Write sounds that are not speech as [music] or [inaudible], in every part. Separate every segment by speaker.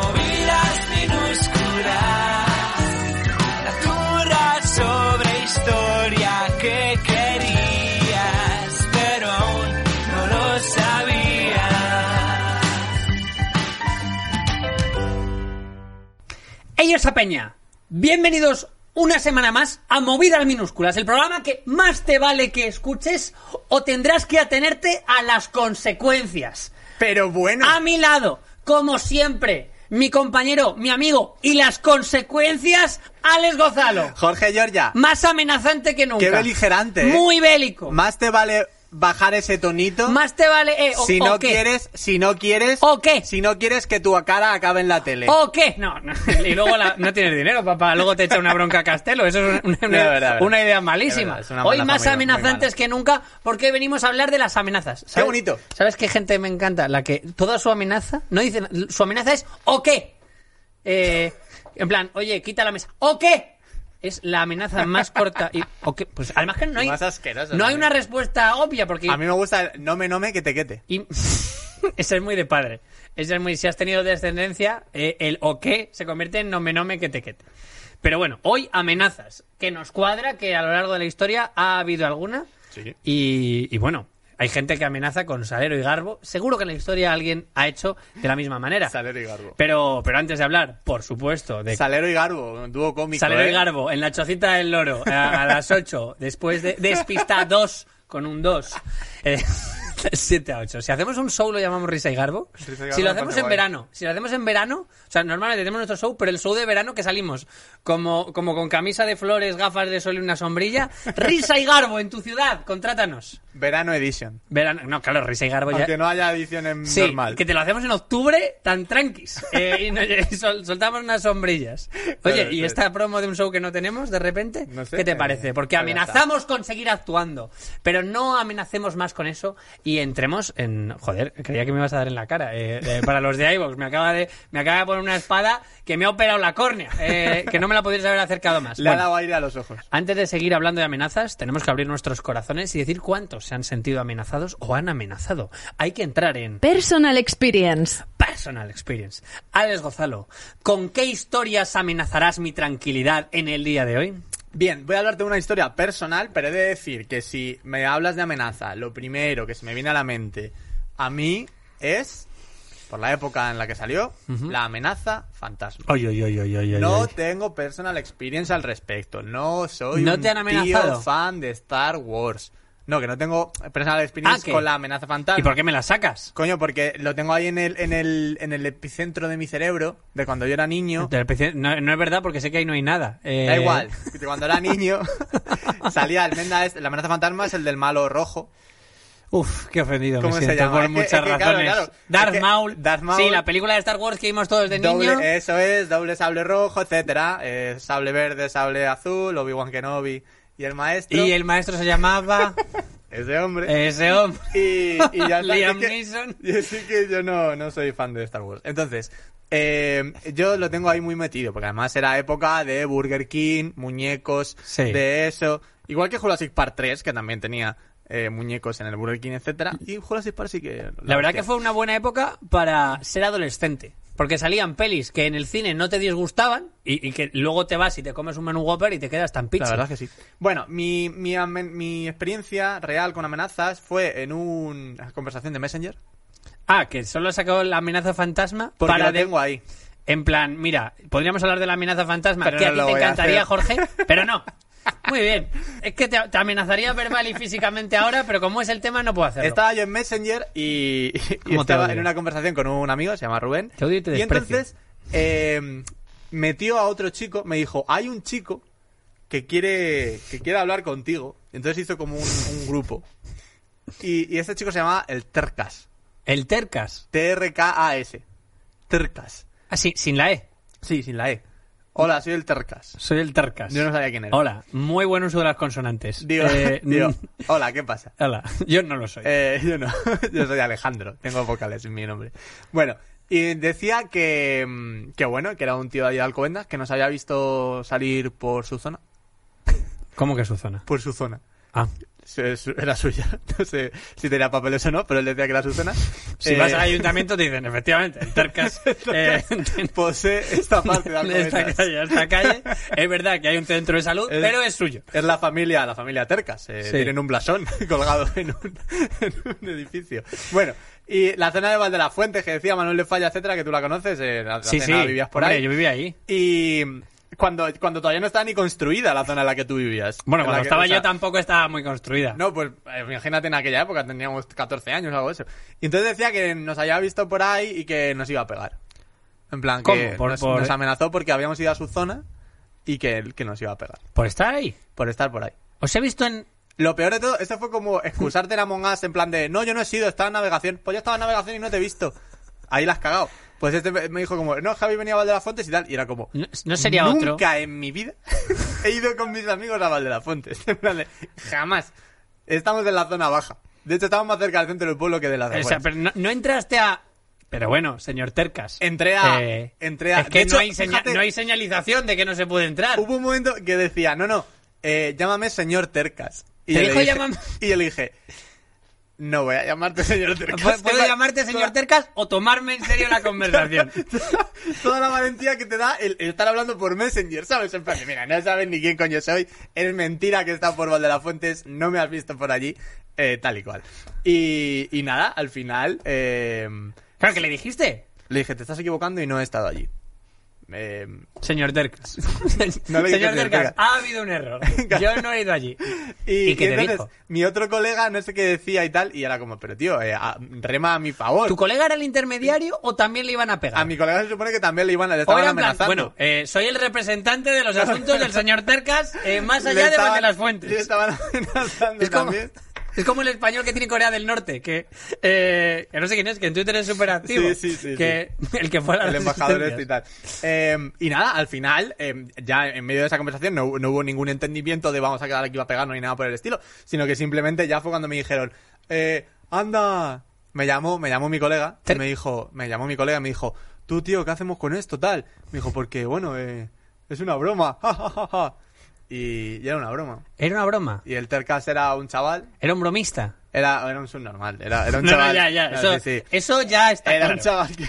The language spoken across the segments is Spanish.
Speaker 1: Movidas minúsculas, Natural sobre historia que querías, pero aún no lo sabías.
Speaker 2: Ellos a Peña, bienvenidos una semana más a Movidas Minúsculas, el programa que más te vale que escuches o tendrás que atenerte a las consecuencias.
Speaker 3: Pero bueno,
Speaker 2: A mi lado, como siempre, mi compañero, mi amigo y las consecuencias, Alex Gozalo.
Speaker 3: Jorge Giorgia,
Speaker 2: Más amenazante que nunca.
Speaker 3: Qué beligerante, ¿eh?
Speaker 2: Muy bélico.
Speaker 3: más te vale bajar ese tonito.
Speaker 2: Más te vale... eh, o-
Speaker 3: si
Speaker 2: o
Speaker 3: no
Speaker 2: qué.
Speaker 3: quieres, si no quieres,
Speaker 2: ¿O qué?
Speaker 3: si no quieres que tu cara acabe en la tele.
Speaker 2: ¿O qué? No, no. [laughs] y luego la- no tienes dinero, papá. Luego te echa una bronca a Castelo. Eso es una, una-
Speaker 3: No, es verdad,
Speaker 2: una
Speaker 3: verdad.
Speaker 2: idea malísima.
Speaker 3: Es verdad, es una
Speaker 2: Hoy
Speaker 3: amenaza
Speaker 2: más
Speaker 3: muy- muy
Speaker 2: amenazantes
Speaker 3: mala.
Speaker 2: que nunca porque hoy venimos a hablar de las amenazas. ¿Sabes-
Speaker 3: bonito.
Speaker 2: ¿Sabes qué gente me encanta? La que toda su amenaza, no dice, su amenaza es ¿o qué? Eh, en plan, oye, quita la mesa. ¿O qué? Es la amenaza más corta. Y, ¿o qué? Pues además que no hay,
Speaker 3: Más asqueroso
Speaker 2: no hay
Speaker 3: también.
Speaker 2: una respuesta obvia porque...
Speaker 3: A mí me gusta el no me nome que te quete.
Speaker 2: Y... [laughs] Ese es muy de padre. Ese es muy... Si has tenido descendencia, eh, el o qué se convierte en nomenome que te quete. Pero bueno, hoy amenazas. Que nos cuadra que a lo largo de la historia ha habido alguna.
Speaker 3: Sí.
Speaker 2: Y, y bueno, hay gente que amenaza con salero y garbo. Seguro que en la historia alguien ha hecho de la misma manera.
Speaker 3: Salero y Garbo.
Speaker 2: Pero, pero antes de hablar, por supuesto, de
Speaker 3: Salero y Garbo, un dúo cómico.
Speaker 2: Salero
Speaker 3: ¿eh?
Speaker 2: y Garbo en la chocita del loro a, a las 8, después de despista 2 con un 2. eh, [laughs] 7 a 8. Si hacemos un show lo llamamos Risa y Garbo.
Speaker 3: Risa y Garbo
Speaker 2: si lo
Speaker 3: me
Speaker 2: hacemos
Speaker 3: parece
Speaker 2: en
Speaker 3: guay.
Speaker 2: verano, si lo hacemos en verano, o sea, normalmente tenemos nuestro show, pero el show de verano que salimos como, como con camisa de flores, gafas de sol y una sombrilla, Risa y Garbo en tu ciudad, contrátanos.
Speaker 3: Verano Edition.
Speaker 2: Verano, no, claro, Risa y Garbo ya
Speaker 3: Aunque no haya edición en
Speaker 2: Sí,
Speaker 3: normal.
Speaker 2: que te lo hacemos en octubre tan
Speaker 3: [laughs]
Speaker 2: tranquis. Eh, y no- y sol- soltamos unas sombrillas. Oye,
Speaker 3: Claro,
Speaker 2: ¿y
Speaker 3: sí.
Speaker 2: esta promo de un show que no tenemos de repente?
Speaker 3: No sé,
Speaker 2: ¿Qué te
Speaker 3: eh,
Speaker 2: parece? Porque
Speaker 3: pues ya está.
Speaker 2: amenazamos con seguir actuando, pero no amenacemos más con eso y entremos en... Joder, creía que me ibas a dar en la cara. eh, eh, para los de iVox, me acaba de, me acaba de poner una espada que me ha operado la córnea, eh, que no me la podrías haber acercado más.
Speaker 3: Le ha
Speaker 2: Bueno,
Speaker 3: dado aire a los ojos.
Speaker 2: antes de seguir hablando de amenazas, tenemos que abrir nuestros corazones y decir cuántos se han sentido amenazados o han amenazado. Hay que entrar en
Speaker 4: Personal Experience.
Speaker 2: Personal Experience. Alex Gozalo, ¿con qué historias amenazarás mi tranquilidad en el día de hoy?
Speaker 3: Bien, voy a hablarte de una historia personal, pero he de decir que si me hablas de amenaza, lo primero que se me viene a la mente a mí es, por la época en la que salió, la amenaza fantasma.
Speaker 2: Oye, oye, oye, oye, oye.
Speaker 3: No tengo personal experience al respecto. No soy
Speaker 2: ¿No
Speaker 3: un
Speaker 2: te han amenazado?
Speaker 3: tío fan de Star Wars. No, que no tengo personal experience
Speaker 2: Ah, ¿qué?
Speaker 3: con la amenaza fantasma.
Speaker 2: ¿Y por qué me la sacas?
Speaker 3: Coño, porque lo tengo ahí en el, en el, en el epicentro de mi cerebro, de cuando yo era niño.
Speaker 2: Del PC- No, no es verdad porque sé que ahí no hay nada. Eh,
Speaker 3: Da igual, que cuando era niño
Speaker 2: [laughs]
Speaker 3: salía Almenda, es- la amenaza fantasma es el del malo rojo.
Speaker 2: Uf, qué ofendido me
Speaker 3: ¿Cómo se
Speaker 2: siento
Speaker 3: llama?
Speaker 2: por
Speaker 3: Es que-
Speaker 2: muchas
Speaker 3: es que, claro,
Speaker 2: razones.
Speaker 3: claro,
Speaker 2: Darth,
Speaker 3: es que
Speaker 2: Maul,
Speaker 3: Darth Maul-
Speaker 2: Sí, la película de Star Wars que vimos todos de
Speaker 3: Doble- E.
Speaker 2: niño.
Speaker 3: eso es, doble sable rojo, etcétera, eh, sable verde, sable azul, Obi-Wan Kenobi y el maestro,
Speaker 2: Y el maestro se
Speaker 3: [laughs]
Speaker 2: llamaba...
Speaker 3: ese hombre.
Speaker 2: ese hombre.
Speaker 3: y, y ya está.
Speaker 2: Liam
Speaker 3: Es que-
Speaker 2: Neeson.
Speaker 3: [laughs] y es que yo no, no soy fan de Star Wars. Entonces, eh, yo lo tengo ahí muy metido, porque además era época de Burger King, muñecos,
Speaker 2: Sí.
Speaker 3: de eso. Igual que Jurassic Park 3, que también tenía eh, muñecos en el Burger King, etcétera Y Jurassic Park sí que...
Speaker 2: La verdad
Speaker 3: hostia.
Speaker 2: que fue una buena época para ser adolescente. Porque salían pelis que en el cine no te disgustaban y, y que luego te vas y te comes un menú Whopper y te quedas tan pizza.
Speaker 3: La verdad es que sí. Bueno, mi, mi, amen- mi experiencia real con amenazas fue en una conversación de Messenger.
Speaker 2: Ah, que solo has sacado la amenaza fantasma
Speaker 3: Porque
Speaker 2: para
Speaker 3: la
Speaker 2: de-
Speaker 3: tengo ahí.
Speaker 2: En plan, mira, podríamos hablar de la amenaza fantasma
Speaker 3: Pero
Speaker 2: que
Speaker 3: no
Speaker 2: a ti
Speaker 3: lo
Speaker 2: te
Speaker 3: voy a
Speaker 2: encantaría,
Speaker 3: hacer. [laughs]
Speaker 2: Jorge, pero no. Muy bien. Es que te, te amenazaría verbal y físicamente ahora, pero como es el tema no puedo hacerlo.
Speaker 3: Estaba yo en Messenger y, [laughs] y
Speaker 2: ¿Cómo te
Speaker 3: estaba
Speaker 2: odio?
Speaker 3: en una conversación con un amigo, se llama Rubén.
Speaker 2: Te odio y te
Speaker 3: y
Speaker 2: desprecio.
Speaker 3: entonces eh, metió a otro chico, me dijo, hay un chico que quiere, que quiere hablar contigo. Entonces hizo como un, un grupo. Y, y este chico se llamaba el Tercas.
Speaker 2: El Tercas.
Speaker 3: T-R-K-A-S. Tercas.
Speaker 2: Ah, sí, sin la E.
Speaker 3: Sí, sin la E. Hola, soy el Tercas.
Speaker 2: Soy el Tercas.
Speaker 3: Yo no sabía quién era.
Speaker 2: Hola, muy buen uso de las consonantes.
Speaker 3: Digo,
Speaker 2: Eh,
Speaker 3: [laughs] digo,
Speaker 2: mm,
Speaker 3: hola, ¿qué pasa?
Speaker 2: [laughs] Hola, yo no lo soy.
Speaker 3: Eh, [laughs] yo no, yo soy Alejandro, tengo vocales en mi nombre. Bueno, y decía que, mm, que bueno, que era un tío de allí de Alcobendas, que nos había visto salir por su zona.
Speaker 2: ¿Cómo que su zona?
Speaker 3: Por su zona.
Speaker 2: Ah,
Speaker 3: Se- su- Era suya, [laughs] no sé si tenía papeles o no, pero él decía que era su zona.
Speaker 2: [laughs] si
Speaker 3: Eh,
Speaker 2: vas al ayuntamiento te dicen, efectivamente, el
Speaker 3: [laughs]
Speaker 2: Tercas. eh,
Speaker 3: Posee esta
Speaker 2: [laughs]
Speaker 3: parte de
Speaker 2: tiene esta
Speaker 3: Alcobendas.
Speaker 2: calle, esta calle. Es verdad que hay un centro de salud,
Speaker 3: Es-
Speaker 2: pero es suyo.
Speaker 3: Es la familia, la familia Tercas. eh,
Speaker 2: Sí.
Speaker 3: Tienen un blasón [laughs] colgado en un, [laughs] en un edificio. Bueno, y la zona de Valde la Fuente, que decía Manuel de Falla, etcétera, que tú la conoces, eh, hace
Speaker 2: Sí, sí.
Speaker 3: nada vivías por
Speaker 2: Hombre,
Speaker 3: ahí.
Speaker 2: Yo vivía ahí.
Speaker 3: Y cuando, cuando todavía no estaba ni construida la zona en la que tú vivías.
Speaker 2: Bueno,
Speaker 3: En
Speaker 2: cuando
Speaker 3: la que-
Speaker 2: estaba
Speaker 3: o sea,
Speaker 2: yo tampoco estaba muy construida.
Speaker 3: No, pues eh, imagínate en aquella época, teníamos 14 años o algo de eso. Y entonces decía que nos había visto por ahí y que nos iba a pegar. En plan, que
Speaker 2: ¿Cómo? Por-
Speaker 3: nos,
Speaker 2: por-
Speaker 3: nos amenazó porque habíamos ido a su zona y que, que nos iba a pegar
Speaker 2: Por estar Pues ahí.
Speaker 3: por estar por ahí.
Speaker 2: Os he visto en.
Speaker 3: Lo peor de todo, esto fue como excusarte en Among Us en plan de, no, yo no he sido, estaba en navegación. Pues yo estaba en navegación y no te he visto. Ahí la has cagado. Pues este me me dijo como, no, Javi venía a Valde las Fuentes y tal. Y era como,
Speaker 2: No, no sería
Speaker 3: Nunca
Speaker 2: otro.
Speaker 3: en mi vida [laughs] he ido con mis amigos a Valde las Fuentes. [laughs] En plan de, jamás. Estamos en la zona baja. De hecho, estamos más cerca del centro del pueblo que de la
Speaker 2: O sea, pero no, no entraste a. Pero bueno, señor Tercas.
Speaker 3: Entré a-
Speaker 2: Eh,
Speaker 3: entré a-
Speaker 2: Es que
Speaker 3: de hecho,
Speaker 2: no, hay seña-
Speaker 3: fíjate-
Speaker 2: no hay señalización de que no se puede entrar.
Speaker 3: Hubo un momento que decía, no, no, eh, llámame señor Tercas.
Speaker 2: Te
Speaker 3: Y yo le
Speaker 2: dijo
Speaker 3: dije-
Speaker 2: llámame-
Speaker 3: Y yo le dije, no voy a llamarte
Speaker 2: [laughs]
Speaker 3: señor Tercas.
Speaker 2: ¿Puedo,
Speaker 3: que
Speaker 2: puedo
Speaker 3: va-
Speaker 2: llamarte señor
Speaker 3: [laughs] toda-
Speaker 2: Tercas o tomarme en serio la
Speaker 3: [laughs]
Speaker 2: conversación?
Speaker 3: Toda la valentía que te da el, el estar hablando por Messenger, ¿sabes? En plan, de, mira, no sabes ni quién coño soy, es mentira que está por Val de las Fuentes, no me has visto por allí, eh, tal y cual. Y, y nada, al final eh,
Speaker 2: claro que le dijiste,
Speaker 3: le dije, te estás equivocando y no he estado allí. Eh,
Speaker 2: señor Tercas.
Speaker 3: [laughs] No le dije
Speaker 2: señor
Speaker 3: señor
Speaker 2: Tercas,
Speaker 3: Tercas.
Speaker 2: ha habido un error.
Speaker 3: [laughs]
Speaker 2: Yo no he ido allí.
Speaker 3: y,
Speaker 2: ¿Y qué
Speaker 3: y
Speaker 2: te
Speaker 3: entonces
Speaker 2: dijo?
Speaker 3: mi otro colega no sé qué decía y tal, y era como, pero tío, eh, a- rema a mi favor.
Speaker 2: ¿Tu colega era el intermediario o también le iban a pegar?
Speaker 3: A mi colega se supone que también le iban a... Le
Speaker 2: O
Speaker 3: estaban
Speaker 2: era en plan,
Speaker 3: amenazando.
Speaker 2: bueno, eh, soy el representante de los asuntos del señor Tercas, eh,
Speaker 3: [laughs]
Speaker 2: más
Speaker 3: Le
Speaker 2: allá de
Speaker 3: estaban-
Speaker 2: Valde las
Speaker 3: Le
Speaker 2: Fuentes.
Speaker 3: estaban [laughs] amenazando
Speaker 2: Es como,
Speaker 3: también.
Speaker 2: [laughs] es como el español que tiene Corea del Norte, que, eh, que no sé quién es, que en Twitter es súper activo.
Speaker 3: Sí, sí, sí,
Speaker 2: que [laughs] el que fue a la
Speaker 3: el embajador este y
Speaker 2: resistencia.
Speaker 3: tal. Eh, y nada, al final, eh, ya en medio de esa conversación no, no hubo ningún entendimiento de vamos a quedar aquí va a pegarnos ni nada por el estilo, sino que simplemente ya fue cuando me dijeron, eh, anda, me llamó, me llamó mi colega, y
Speaker 2: Ter-
Speaker 3: me dijo, me llamó mi colega y me dijo, tú tío, ¿qué hacemos con esto tal? Me dijo, porque bueno, eh, es una broma, [laughs] ja, ja, ja, ja". Y, y era una broma.
Speaker 2: Era una broma.
Speaker 3: Y el Tercas era un chaval,
Speaker 2: Era un bromista.
Speaker 3: era, era un subnormal, era, era
Speaker 2: [laughs]
Speaker 3: un
Speaker 2: No, no,
Speaker 3: chaval.
Speaker 2: ya, ya.
Speaker 3: no,
Speaker 2: Eso,
Speaker 3: sí, sí.
Speaker 2: eso ya está.
Speaker 3: Era un
Speaker 2: claro.
Speaker 3: chaval que...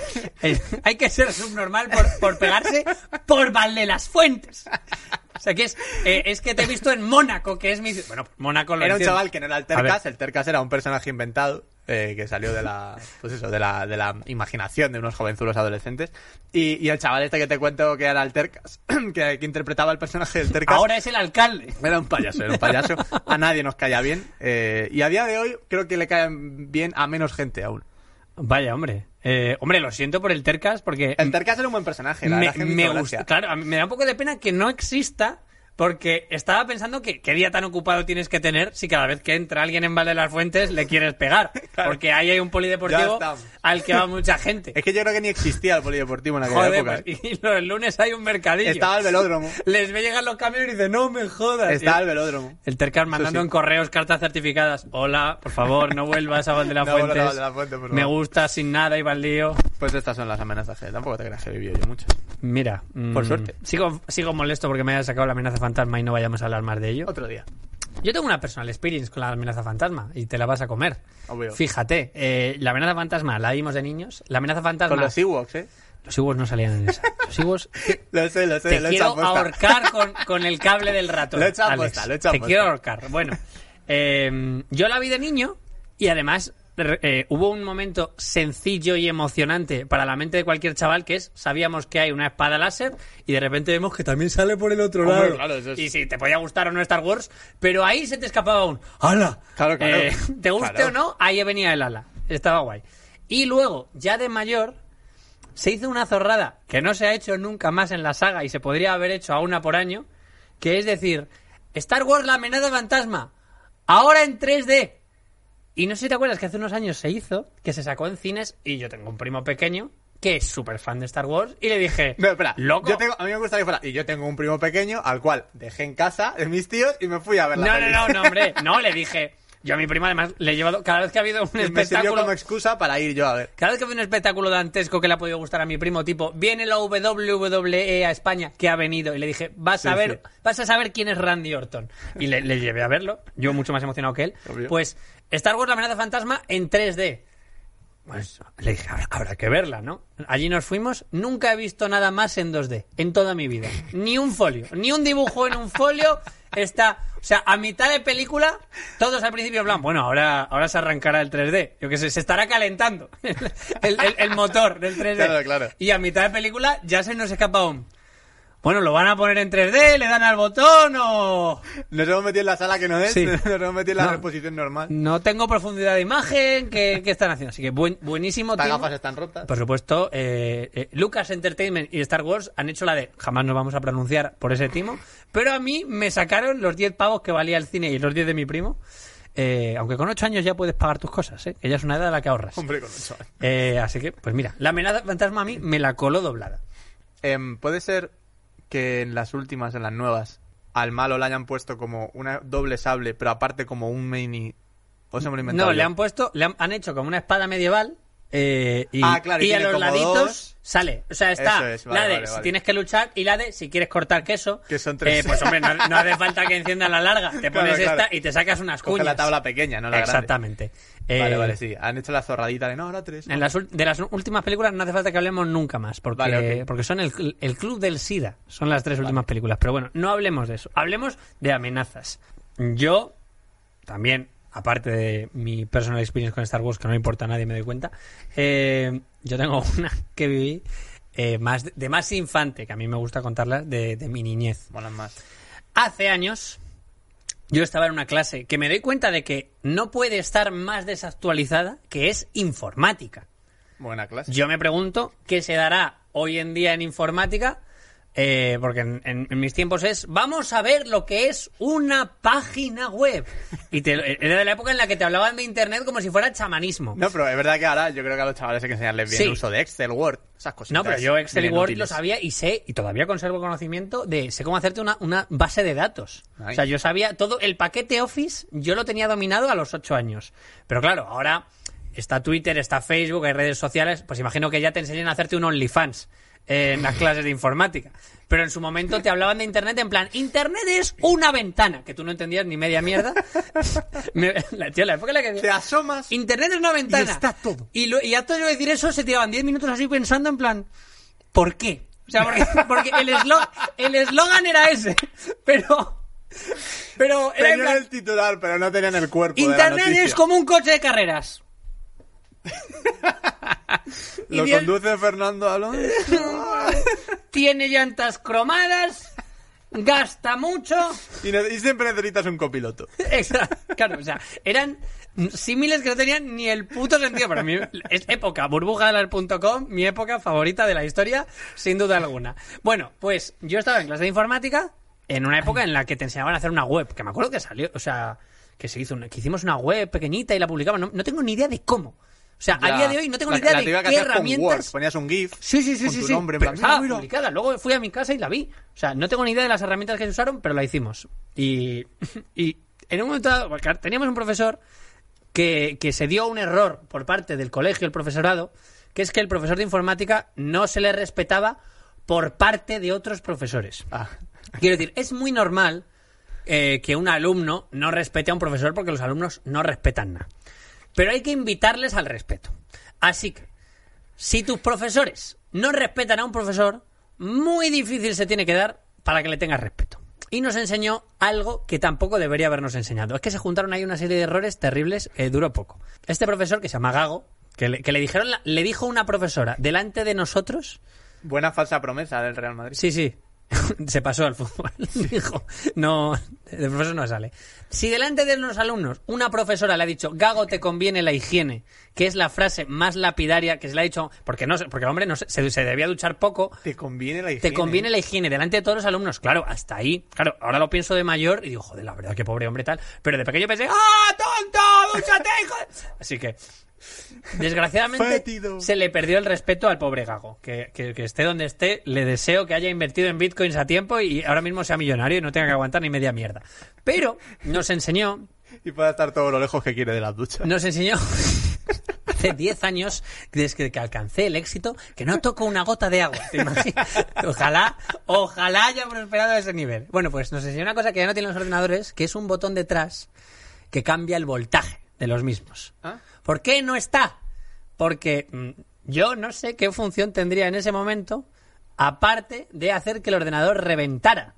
Speaker 2: Eh, Hay que ser subnormal por, por pegarse por Valde las Fuentes. O sea, que es, eh, es que te he visto en Mónaco, que es mi. ci- Bueno, Mónaco lo
Speaker 3: Era un
Speaker 2: entiendo.
Speaker 3: chaval que no era el
Speaker 2: A
Speaker 3: Tercas,
Speaker 2: ver.
Speaker 3: el Tercas era un personaje inventado eh, que salió de la, pues eso, de la, de la imaginación de unos jovenzulos adolescentes. Y, y el chaval este que te cuento que era el Tercas, [clears throat] que, que interpretaba el personaje del Tercas,
Speaker 2: Ahora es el alcalde.
Speaker 3: era un payaso, era un payaso. A nadie nos caía bien. eh, y a día de hoy creo que le caen bien a menos gente aún.
Speaker 2: Vaya, hombre. Eh, hombre, lo siento por el Tercas porque
Speaker 3: El Tercas era un buen personaje, la
Speaker 2: Mm. me,
Speaker 3: verdad que me
Speaker 2: me
Speaker 3: hizo
Speaker 2: gusta.
Speaker 3: gracia.
Speaker 2: Claro, a mí me da un poco de pena que no exista porque estaba pensando que qué día tan ocupado tienes que tener si cada vez que entra alguien en Valle de las Fuentes le quieres pegar.
Speaker 3: [laughs] Claro.
Speaker 2: Porque ahí hay un polideportivo
Speaker 3: Ya estamos.
Speaker 2: al que va mucha gente.
Speaker 3: Es que yo creo que ni existía el polideportivo en aquella
Speaker 2: Joder,
Speaker 3: época. ¿eh?
Speaker 2: pues, [laughs] y los lunes hay un mercadillo.
Speaker 3: Estaba el
Speaker 2: [laughs]
Speaker 3: velódromo.
Speaker 2: Les ve llegar los camiones y dicen, no me jodas.
Speaker 3: Estaba
Speaker 2: el,
Speaker 3: el velódromo.
Speaker 2: el Tercar mandando
Speaker 3: sí.
Speaker 2: en correos cartas certificadas. Hola, por favor, no vuelvas a Val de la
Speaker 3: [laughs] No vuelvas a
Speaker 2: Fuentes.
Speaker 3: Val de la Fuente, por
Speaker 2: me
Speaker 3: favor.
Speaker 2: gusta sin nada y baldío.
Speaker 3: Pues estas son las amenazas que tampoco te creas que he vivido yo mucho.
Speaker 2: Mira,
Speaker 3: Por
Speaker 2: mm,
Speaker 3: suerte.
Speaker 2: Sigo, sigo molesto porque me haya sacado la amenaza fantasma y no vayamos a hablar más de ello.
Speaker 3: Otro día.
Speaker 2: Yo tengo una personal experience con la amenaza fantasma y te la vas a comer.
Speaker 3: Obvio.
Speaker 2: Fíjate, eh, la amenaza fantasma la vimos de niños. La amenaza fantasma.
Speaker 3: Con los Ewoks, ¿eh?
Speaker 2: los Ewoks no salían en esa. Los Ewoks
Speaker 3: Lo sé, lo sé,
Speaker 2: Te
Speaker 3: lo he hecho
Speaker 2: quiero
Speaker 3: aposta.
Speaker 2: ahorcar con, con el cable
Speaker 3: [laughs]
Speaker 2: del ratón.
Speaker 3: Lo he hecho
Speaker 2: Alex.
Speaker 3: aposta, lo he hecho
Speaker 2: Te
Speaker 3: aposta.
Speaker 2: quiero ahorcar. Bueno, eh, yo la vi de niño y además re- eh, hubo un momento sencillo y emocionante para la mente de cualquier chaval que es sabíamos que hay una espada láser y de repente vemos que también sale por el otro
Speaker 3: Hombre,
Speaker 2: lado.
Speaker 3: claro, eso es-
Speaker 2: Y si te podía gustar o no Star Wars, pero ahí se te escapaba un ¡Hala!
Speaker 3: Claro, claro.
Speaker 2: Eh, te guste
Speaker 3: Claro.
Speaker 2: o no, ahí venía el ala. Estaba guay. Y luego, ya de mayor, se hizo una zorrada que no se ha hecho nunca más en la saga y se podría haber hecho a una por año, que es decir, Star Wars la amenaza fantasma, ahora en 3D. Y no sé si te acuerdas que hace unos años se hizo, que se sacó en cines y yo tengo un primo pequeño que es súper fan de Star Wars y le dije,
Speaker 3: [laughs] No, espera.
Speaker 2: loco.
Speaker 3: Yo tengo, a mí me gustaría que fuera. Y yo tengo un primo pequeño al cual dejé en casa de mis tíos y me fui a ver la
Speaker 2: No, no,
Speaker 3: peli.
Speaker 2: no, no,
Speaker 3: [laughs]
Speaker 2: hombre, no, le dije. Yo a mi prima además le he llevado, cada vez que ha habido un
Speaker 3: Y me sirvió
Speaker 2: espectáculo...
Speaker 3: como excusa para ir yo a ver.
Speaker 2: Cada vez que veo un espectáculo dantesco que le ha podido gustar a mi primo, tipo, viene la WWE a España, que ha venido, y le dije, vas a
Speaker 3: Sí,
Speaker 2: ver,
Speaker 3: sí.
Speaker 2: vas a saber quién es Randy Orton. Y le, le llevé a verlo, yo mucho más emocionado que él.
Speaker 3: Obvio.
Speaker 2: Pues, Star Wars la amenaza fantasma en 3D. Pues le dije, "Habrá- habrá que verla, ¿no? Allí nos fuimos, nunca he visto nada más en 2D, en toda mi vida. Ni un folio, ni un dibujo en un folio. Está, o sea, a mitad de película, todos al principio hablan, bueno, ahora, ahora se arrancará el 3D. Yo qué sé, se estará calentando [laughs] el, el- el- el motor del 3D.
Speaker 3: Claro, claro.
Speaker 2: Y a mitad de película ya se nos escapa un... Bueno, lo van a poner en 3D, le dan al botón o...
Speaker 3: Nos hemos metido en la sala que no es,
Speaker 2: Sí.
Speaker 3: [laughs] nos hemos metido en la
Speaker 2: No.
Speaker 3: reposición normal.
Speaker 2: No tengo profundidad de imagen, ¿qué, qué están haciendo? Así que buen- buenísimo.
Speaker 3: Las
Speaker 2: tío.
Speaker 3: gafas están rotas.
Speaker 2: Por supuesto, eh, eh, Lucas Entertainment y Star Wars han hecho la de jamás nos vamos a pronunciar por ese timo, pero a mí me sacaron los 10 pavos que valía el cine y los 10 de mi primo. Eh, aunque con 8 años ya puedes pagar tus cosas, ¿eh? que ya es una edad a la que ahorras.
Speaker 3: [laughs] Hombre, con ocho años.
Speaker 2: Eh, así que, pues mira, la amenaza fantasma a mí me la coló doblada.
Speaker 3: Em, Puede ser que en las últimas, en las nuevas, al malo le hayan puesto como una doble sable, pero aparte como un mini. O se me lo he inventado
Speaker 2: No,
Speaker 3: yo.
Speaker 2: le han puesto, le han, han hecho como una espada medieval. eh, y,
Speaker 3: Ah, claro, y
Speaker 2: y a
Speaker 3: tiene
Speaker 2: los
Speaker 3: como
Speaker 2: laditos
Speaker 3: dos.
Speaker 2: sale. O sea, está
Speaker 3: Eso es, vale,
Speaker 2: la de
Speaker 3: vale,
Speaker 2: si
Speaker 3: vale.
Speaker 2: tienes que luchar y la de si quieres cortar queso.
Speaker 3: Que son tres.
Speaker 2: Eh, pues hombre, no, no hace falta que encienda la larga. Te
Speaker 3: [laughs] Claro,
Speaker 2: pones
Speaker 3: claro.
Speaker 2: esta y te sacas unas
Speaker 3: Coge
Speaker 2: cuñas.
Speaker 3: la tabla pequeña, no la grande.
Speaker 2: Exactamente. Eh,
Speaker 3: Vale, vale, sí. Han hecho la zorradita de no, ahora tres.
Speaker 2: en las ul- de las últimas películas no hace falta que hablemos nunca más, porque,
Speaker 3: Vale, ok.
Speaker 2: porque son el, el club del SIDA, son las tres últimas películas. Pero bueno, no hablemos de eso, hablemos de amenazas. Yo también, aparte de mi personal experience con Star Wars, que no me importa a nadie, me doy cuenta, eh, yo tengo [laughs] una que viví eh, más, de más infante, que a mí me gusta contarla, de, de mi niñez.
Speaker 3: Molan más.
Speaker 2: Hace años yo estaba en una clase que me doy cuenta de que no puede estar más desactualizada, que es informática.
Speaker 3: Buena clase.
Speaker 2: Yo me pregunto qué se dará hoy en día en informática, eh, porque en, en- en mis tiempos es, vamos a ver lo que es una página web. Y te- era de la época en la que te hablaban de Internet como si fuera chamanismo.
Speaker 3: No, pero es verdad que ahora yo creo que a los chavales hay que enseñarles bien
Speaker 2: Sí.
Speaker 3: el uso de Excel, Word, esas cositas.
Speaker 2: No, pero yo Excel y
Speaker 3: bien
Speaker 2: Word
Speaker 3: útiles.
Speaker 2: lo sabía y sé, y todavía conservo conocimiento de, sé cómo hacerte una, una base de datos.
Speaker 3: Ay.
Speaker 2: O sea, yo sabía todo, el paquete Office yo lo tenía dominado a los ocho años. Pero claro, ahora está Twitter, está Facebook, hay redes sociales, pues imagino que ya te enseñan a hacerte un OnlyFans eh, en las clases de informática. Pero en su momento te hablaban de Internet en plan, Internet es una ventana, que tú no entendías ni media mierda. [laughs] Me- la, tío, la época en la que...
Speaker 3: Te asomas.
Speaker 2: Internet es una ventana.
Speaker 3: Y está todo.
Speaker 2: Y, lo, y a todo yo decir eso se tiraban 10 minutos así pensando en plan, ¿por qué? O sea, porque, [laughs] porque el eslo- el eslogan era ese, [laughs] pero... Pero era en
Speaker 3: Tenían
Speaker 2: plan,
Speaker 3: el titular, pero no tenían el cuerpo. de la
Speaker 2: Internet es
Speaker 3: noticia.
Speaker 2: como un coche de carreras. y
Speaker 3: [laughs] Lo
Speaker 2: bien-
Speaker 3: conduce Fernando Alonso.
Speaker 2: Tiene llantas cromadas, gasta mucho.
Speaker 3: y, ne- y siempre necesitas un copiloto.
Speaker 2: [laughs] Exacto. Claro, o sea, eran símiles que no tenían ni el puto sentido. Para mí es época, burbujalar.com, mi época favorita de la historia, sin duda alguna. Bueno, pues yo estaba en clase de informática en una época en la que te enseñaban a hacer una web, que me acuerdo que salió, o sea, que se hizo una- que hicimos una web pequeñita y la publicamos, no, no tengo ni idea de cómo. O sea, a
Speaker 3: Ya.
Speaker 2: día de hoy no tengo
Speaker 3: La-
Speaker 2: ni idea
Speaker 3: la
Speaker 2: de
Speaker 3: típica que
Speaker 2: qué
Speaker 3: hacías con Word.
Speaker 2: herramientas
Speaker 3: Ponías un GIF.
Speaker 2: Sí, sí, sí,
Speaker 3: con
Speaker 2: sí,
Speaker 3: tu
Speaker 2: sí.
Speaker 3: nombre, en
Speaker 2: pero ah,
Speaker 3: plan, "Ah,
Speaker 2: estaba
Speaker 3: mira, mira.
Speaker 2: publicada. Luego fui a mi casa y la vi. O sea, no tengo ni idea de las herramientas que se usaron, pero la hicimos. Y, [laughs] y en un momento dado, porque teníamos un profesor que, que se dio un error por parte del colegio, el profesorado, que es que el profesor de informática no se le respetaba por parte de otros profesores.
Speaker 3: Ah,
Speaker 2: Quiero decir, es muy normal eh, que un alumno no respete a un profesor porque los alumnos no respetan nada. Pero hay que invitarles al respeto. Así que, si tus profesores no respetan a un profesor, muy difícil se tiene que dar para que le tengas respeto. Y nos enseñó algo que tampoco debería habernos enseñado. Es que se juntaron ahí una serie de errores terribles, eh, duró poco. Este profesor, que se llama Gago, que le, que le dijeron, la- le dijo una profesora delante de nosotros
Speaker 3: buena falsa promesa del Real Madrid.
Speaker 2: Sí, sí. [laughs] Se pasó al fútbol. [laughs] Dijo, no, el profesor no sale. Si delante de los alumnos una profesora le ha dicho, Gago, te conviene la higiene, que es la frase más lapidaria que se le ha dicho, porque, no, se- porque el hombre no se, se- se debía duchar poco,
Speaker 3: Te conviene la higiene. ¿eh?
Speaker 2: te conviene la higiene delante de todos los alumnos. Claro, hasta ahí. Claro, ahora lo pienso de mayor y digo, joder, la verdad, qué pobre hombre tal. Pero de pequeño pensé, ¡ah, tonto! ¡Escúchate, hijo! de-". Así que, desgraciadamente,
Speaker 3: Fétido.
Speaker 2: se le perdió el respeto al pobre Gago. Que, que- que esté donde esté, le deseo que haya invertido en bitcoins a tiempo y ahora mismo sea millonario y no tenga que aguantar ni media mierda. Pero nos enseñó
Speaker 3: Y pueda estar todo lo lejos que quiere de las duchas.
Speaker 2: nos enseñó [laughs] hace 10 años, desde que alcancé el éxito, que no toco una gota de agua. ¿te imaginas? Ojalá, ojalá haya prosperado a ese nivel. Bueno, pues nos enseñó una cosa que ya no tienen los ordenadores, que es un botón detrás que cambia el voltaje de los mismos.
Speaker 3: ¿Ah?
Speaker 2: ¿Por qué no está? Porque mm, yo no sé qué función tendría en ese momento, aparte de hacer que el ordenador reventara.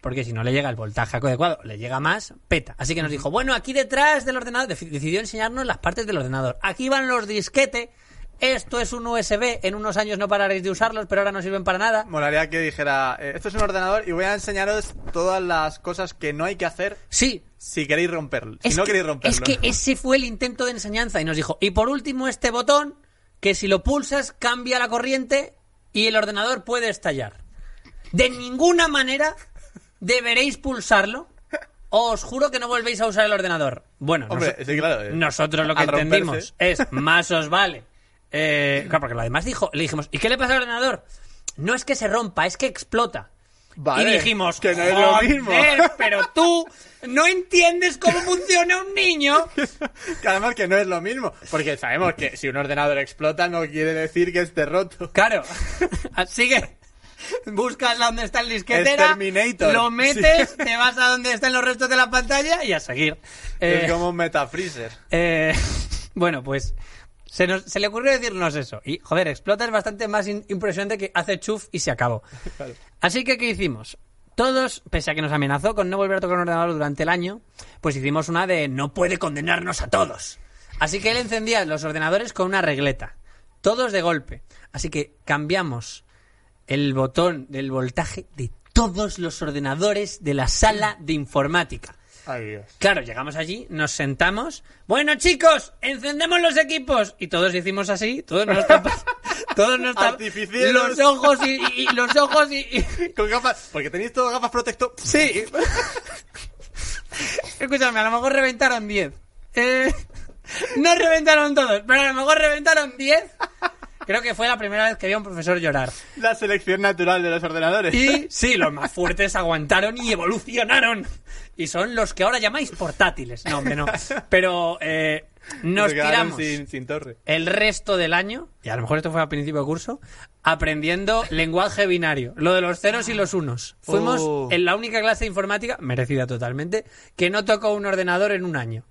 Speaker 2: Porque si no le llega el voltaje adecuado, le llega más, peta. Así que nos dijo, bueno, aquí detrás del ordenador, deci- decidió enseñarnos las partes del ordenador. Aquí van los disquetes, esto es un USB, en unos años no pararéis de usarlos, pero ahora no sirven para nada.
Speaker 3: Molaría que dijera, eh, esto es un ordenador y voy a enseñaros todas las cosas que no hay que hacer
Speaker 2: Sí,
Speaker 3: si queréis romperlo. Si
Speaker 2: Es
Speaker 3: no
Speaker 2: que-
Speaker 3: queréis romperlo.
Speaker 2: Es que ese fue el intento de enseñanza y nos dijo, y por último este botón, que si lo pulsas cambia la corriente y el ordenador puede estallar. De ninguna manera deberéis pulsarlo. o Os juro que no volvéis a usar el ordenador. Bueno,
Speaker 3: Hombre,
Speaker 2: noso-
Speaker 3: sí, claro, eh,
Speaker 2: nosotros lo que
Speaker 3: al romperse.
Speaker 2: entendimos eh, es más os vale. Eh, claro, porque lo demás dijo, le dijimos, ¿y qué le pasa al ordenador? No es que se rompa, es que explota.
Speaker 3: Vale,
Speaker 2: y dijimos,
Speaker 3: que no es lo
Speaker 2: "Joder,
Speaker 3: mismo". [laughs]
Speaker 2: pero tú no entiendes cómo funciona un niño.
Speaker 3: Que además que no es lo mismo. Porque sabemos que si un ordenador explota no quiere decir que esté roto.
Speaker 2: [laughs] Claro. Así que buscas donde está el disquetera,
Speaker 3: Exterminator.
Speaker 2: lo metes,
Speaker 3: Sí.
Speaker 2: te vas a donde están los restos de la pantalla y a seguir. Eh,
Speaker 3: Es como un metafreezer.
Speaker 2: eh, [laughs] bueno, pues se, nos- se le ocurrió decirnos eso. Y, joder, explota es bastante más in- impresionante que hace chuf y se acabó. Así que, ¿qué hicimos? Todos, pese a que nos amenazó con no volver a tocar un ordenador durante el año, pues hicimos una de no puede condenarnos a todos. Así que él encendía los ordenadores con una regleta. Todos de golpe. Así que cambiamos el botón del voltaje de todos los ordenadores de la sala de informática.
Speaker 3: Ay, Dios.
Speaker 2: Claro, llegamos allí, nos sentamos. Bueno, chicos, encendemos los equipos. Y todos hicimos así, todos nos tapamos. Todos nos tapamos.
Speaker 3: Artificieros.
Speaker 2: Los ojos y, y- y los ojos y. y-
Speaker 3: Con gafas. Porque tenéis todas gafas protector. Sí.
Speaker 2: [laughs] Escúchame, a lo mejor reventaron 10. Eh, [laughs] no reventaron todos, pero a lo mejor reventaron 10. Creo que fue la primera vez que vi a un profesor llorar.
Speaker 3: La selección natural de los ordenadores. [laughs]
Speaker 2: Y sí, los más fuertes aguantaron y evolucionaron. Y son los que ahora llamáis portátiles. No,
Speaker 3: [laughs]
Speaker 2: hombre, no. Pero eh, nos
Speaker 3: Se quedaron
Speaker 2: tiramos.
Speaker 3: Sin, sin torre.
Speaker 2: el resto del año, y a lo mejor esto fue a principio de curso, aprendiendo lenguaje binario, lo de los ceros y los unos. Fuimos
Speaker 3: Oh.
Speaker 2: en la única clase de informática, merecida totalmente, que no tocó un ordenador en un año.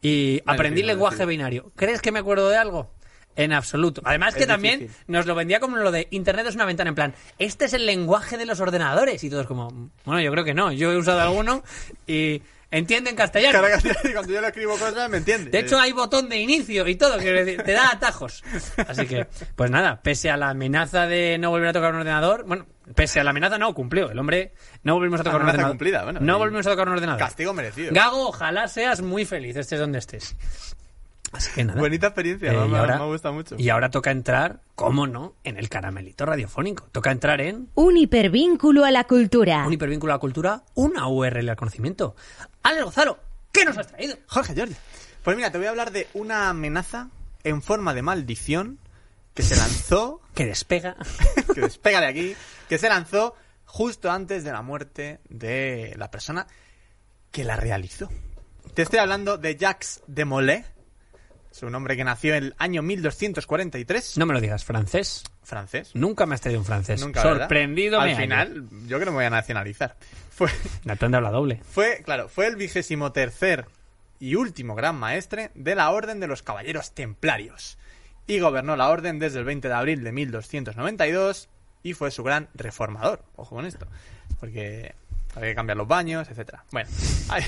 Speaker 2: Y aprendí
Speaker 3: merecido.
Speaker 2: lenguaje binario. ¿Crees que me acuerdo de algo? En absoluto. Además que
Speaker 3: Es
Speaker 2: también
Speaker 3: difícil.
Speaker 2: nos lo vendía como lo de Internet es una ventana, en plan, este es el lenguaje de los ordenadores. Y todos como, bueno, yo creo que no, yo he usado alguno y entienden castellano.
Speaker 3: [laughs] Cara, que- cuando yo le escribo cosas me entiende.
Speaker 2: De hecho, hay botón de inicio y todo, quiero decir, te da atajos. Así que, pues nada, pese a la amenaza de no volver a tocar un ordenador, bueno, pese a la amenaza no, cumplió. El hombre, no volvimos a tocar un
Speaker 3: Amenaza
Speaker 2: ordenador.
Speaker 3: cumplida, bueno,
Speaker 2: no
Speaker 3: y-
Speaker 2: volvimos a tocar un ordenador.
Speaker 3: Castigo merecido.
Speaker 2: Gago, ojalá seas muy feliz, estés donde estés. Así que nada.
Speaker 3: Bonita
Speaker 2: Eh,
Speaker 3: experiencia, ¿no?
Speaker 2: y
Speaker 3: me,
Speaker 2: ahora-
Speaker 3: me gusta mucho.
Speaker 2: Y ahora toca entrar, cómo no, en el caramelito radiofónico. Toca entrar en
Speaker 5: Un hipervínculo a la cultura.
Speaker 2: un hipervínculo a la cultura, una URL al conocimiento. Alex Gozalo, ¿qué nos has traído?
Speaker 3: Jorge, Jorge. Pues mira, te voy a hablar de una amenaza en forma de maldición que se lanzó, [laughs]
Speaker 2: Que despega.
Speaker 3: que despega de aquí, que se lanzó justo antes de la muerte de la persona que la realizó. Te estoy hablando de Jacques de Molay, es un hombre que nació en el año 1243,
Speaker 2: No me lo digas, francés.
Speaker 3: francés.
Speaker 2: Nunca me has traído un francés.
Speaker 3: Nunca, ¿verdad?
Speaker 2: Sorprendido
Speaker 3: Al
Speaker 2: me hallo.
Speaker 3: final, yo creo que me voy a nacionalizar. Fue,
Speaker 2: La plan de habla doble.
Speaker 3: Fue, claro, fue el vigésimo tercer y último gran maestre de la Orden de los Caballeros Templarios. Y gobernó la orden desde el 20 de abril de 1292 y fue su gran reformador. Ojo con esto, porque había que cambiar los baños, etcétera. Bueno, [laughs] hay,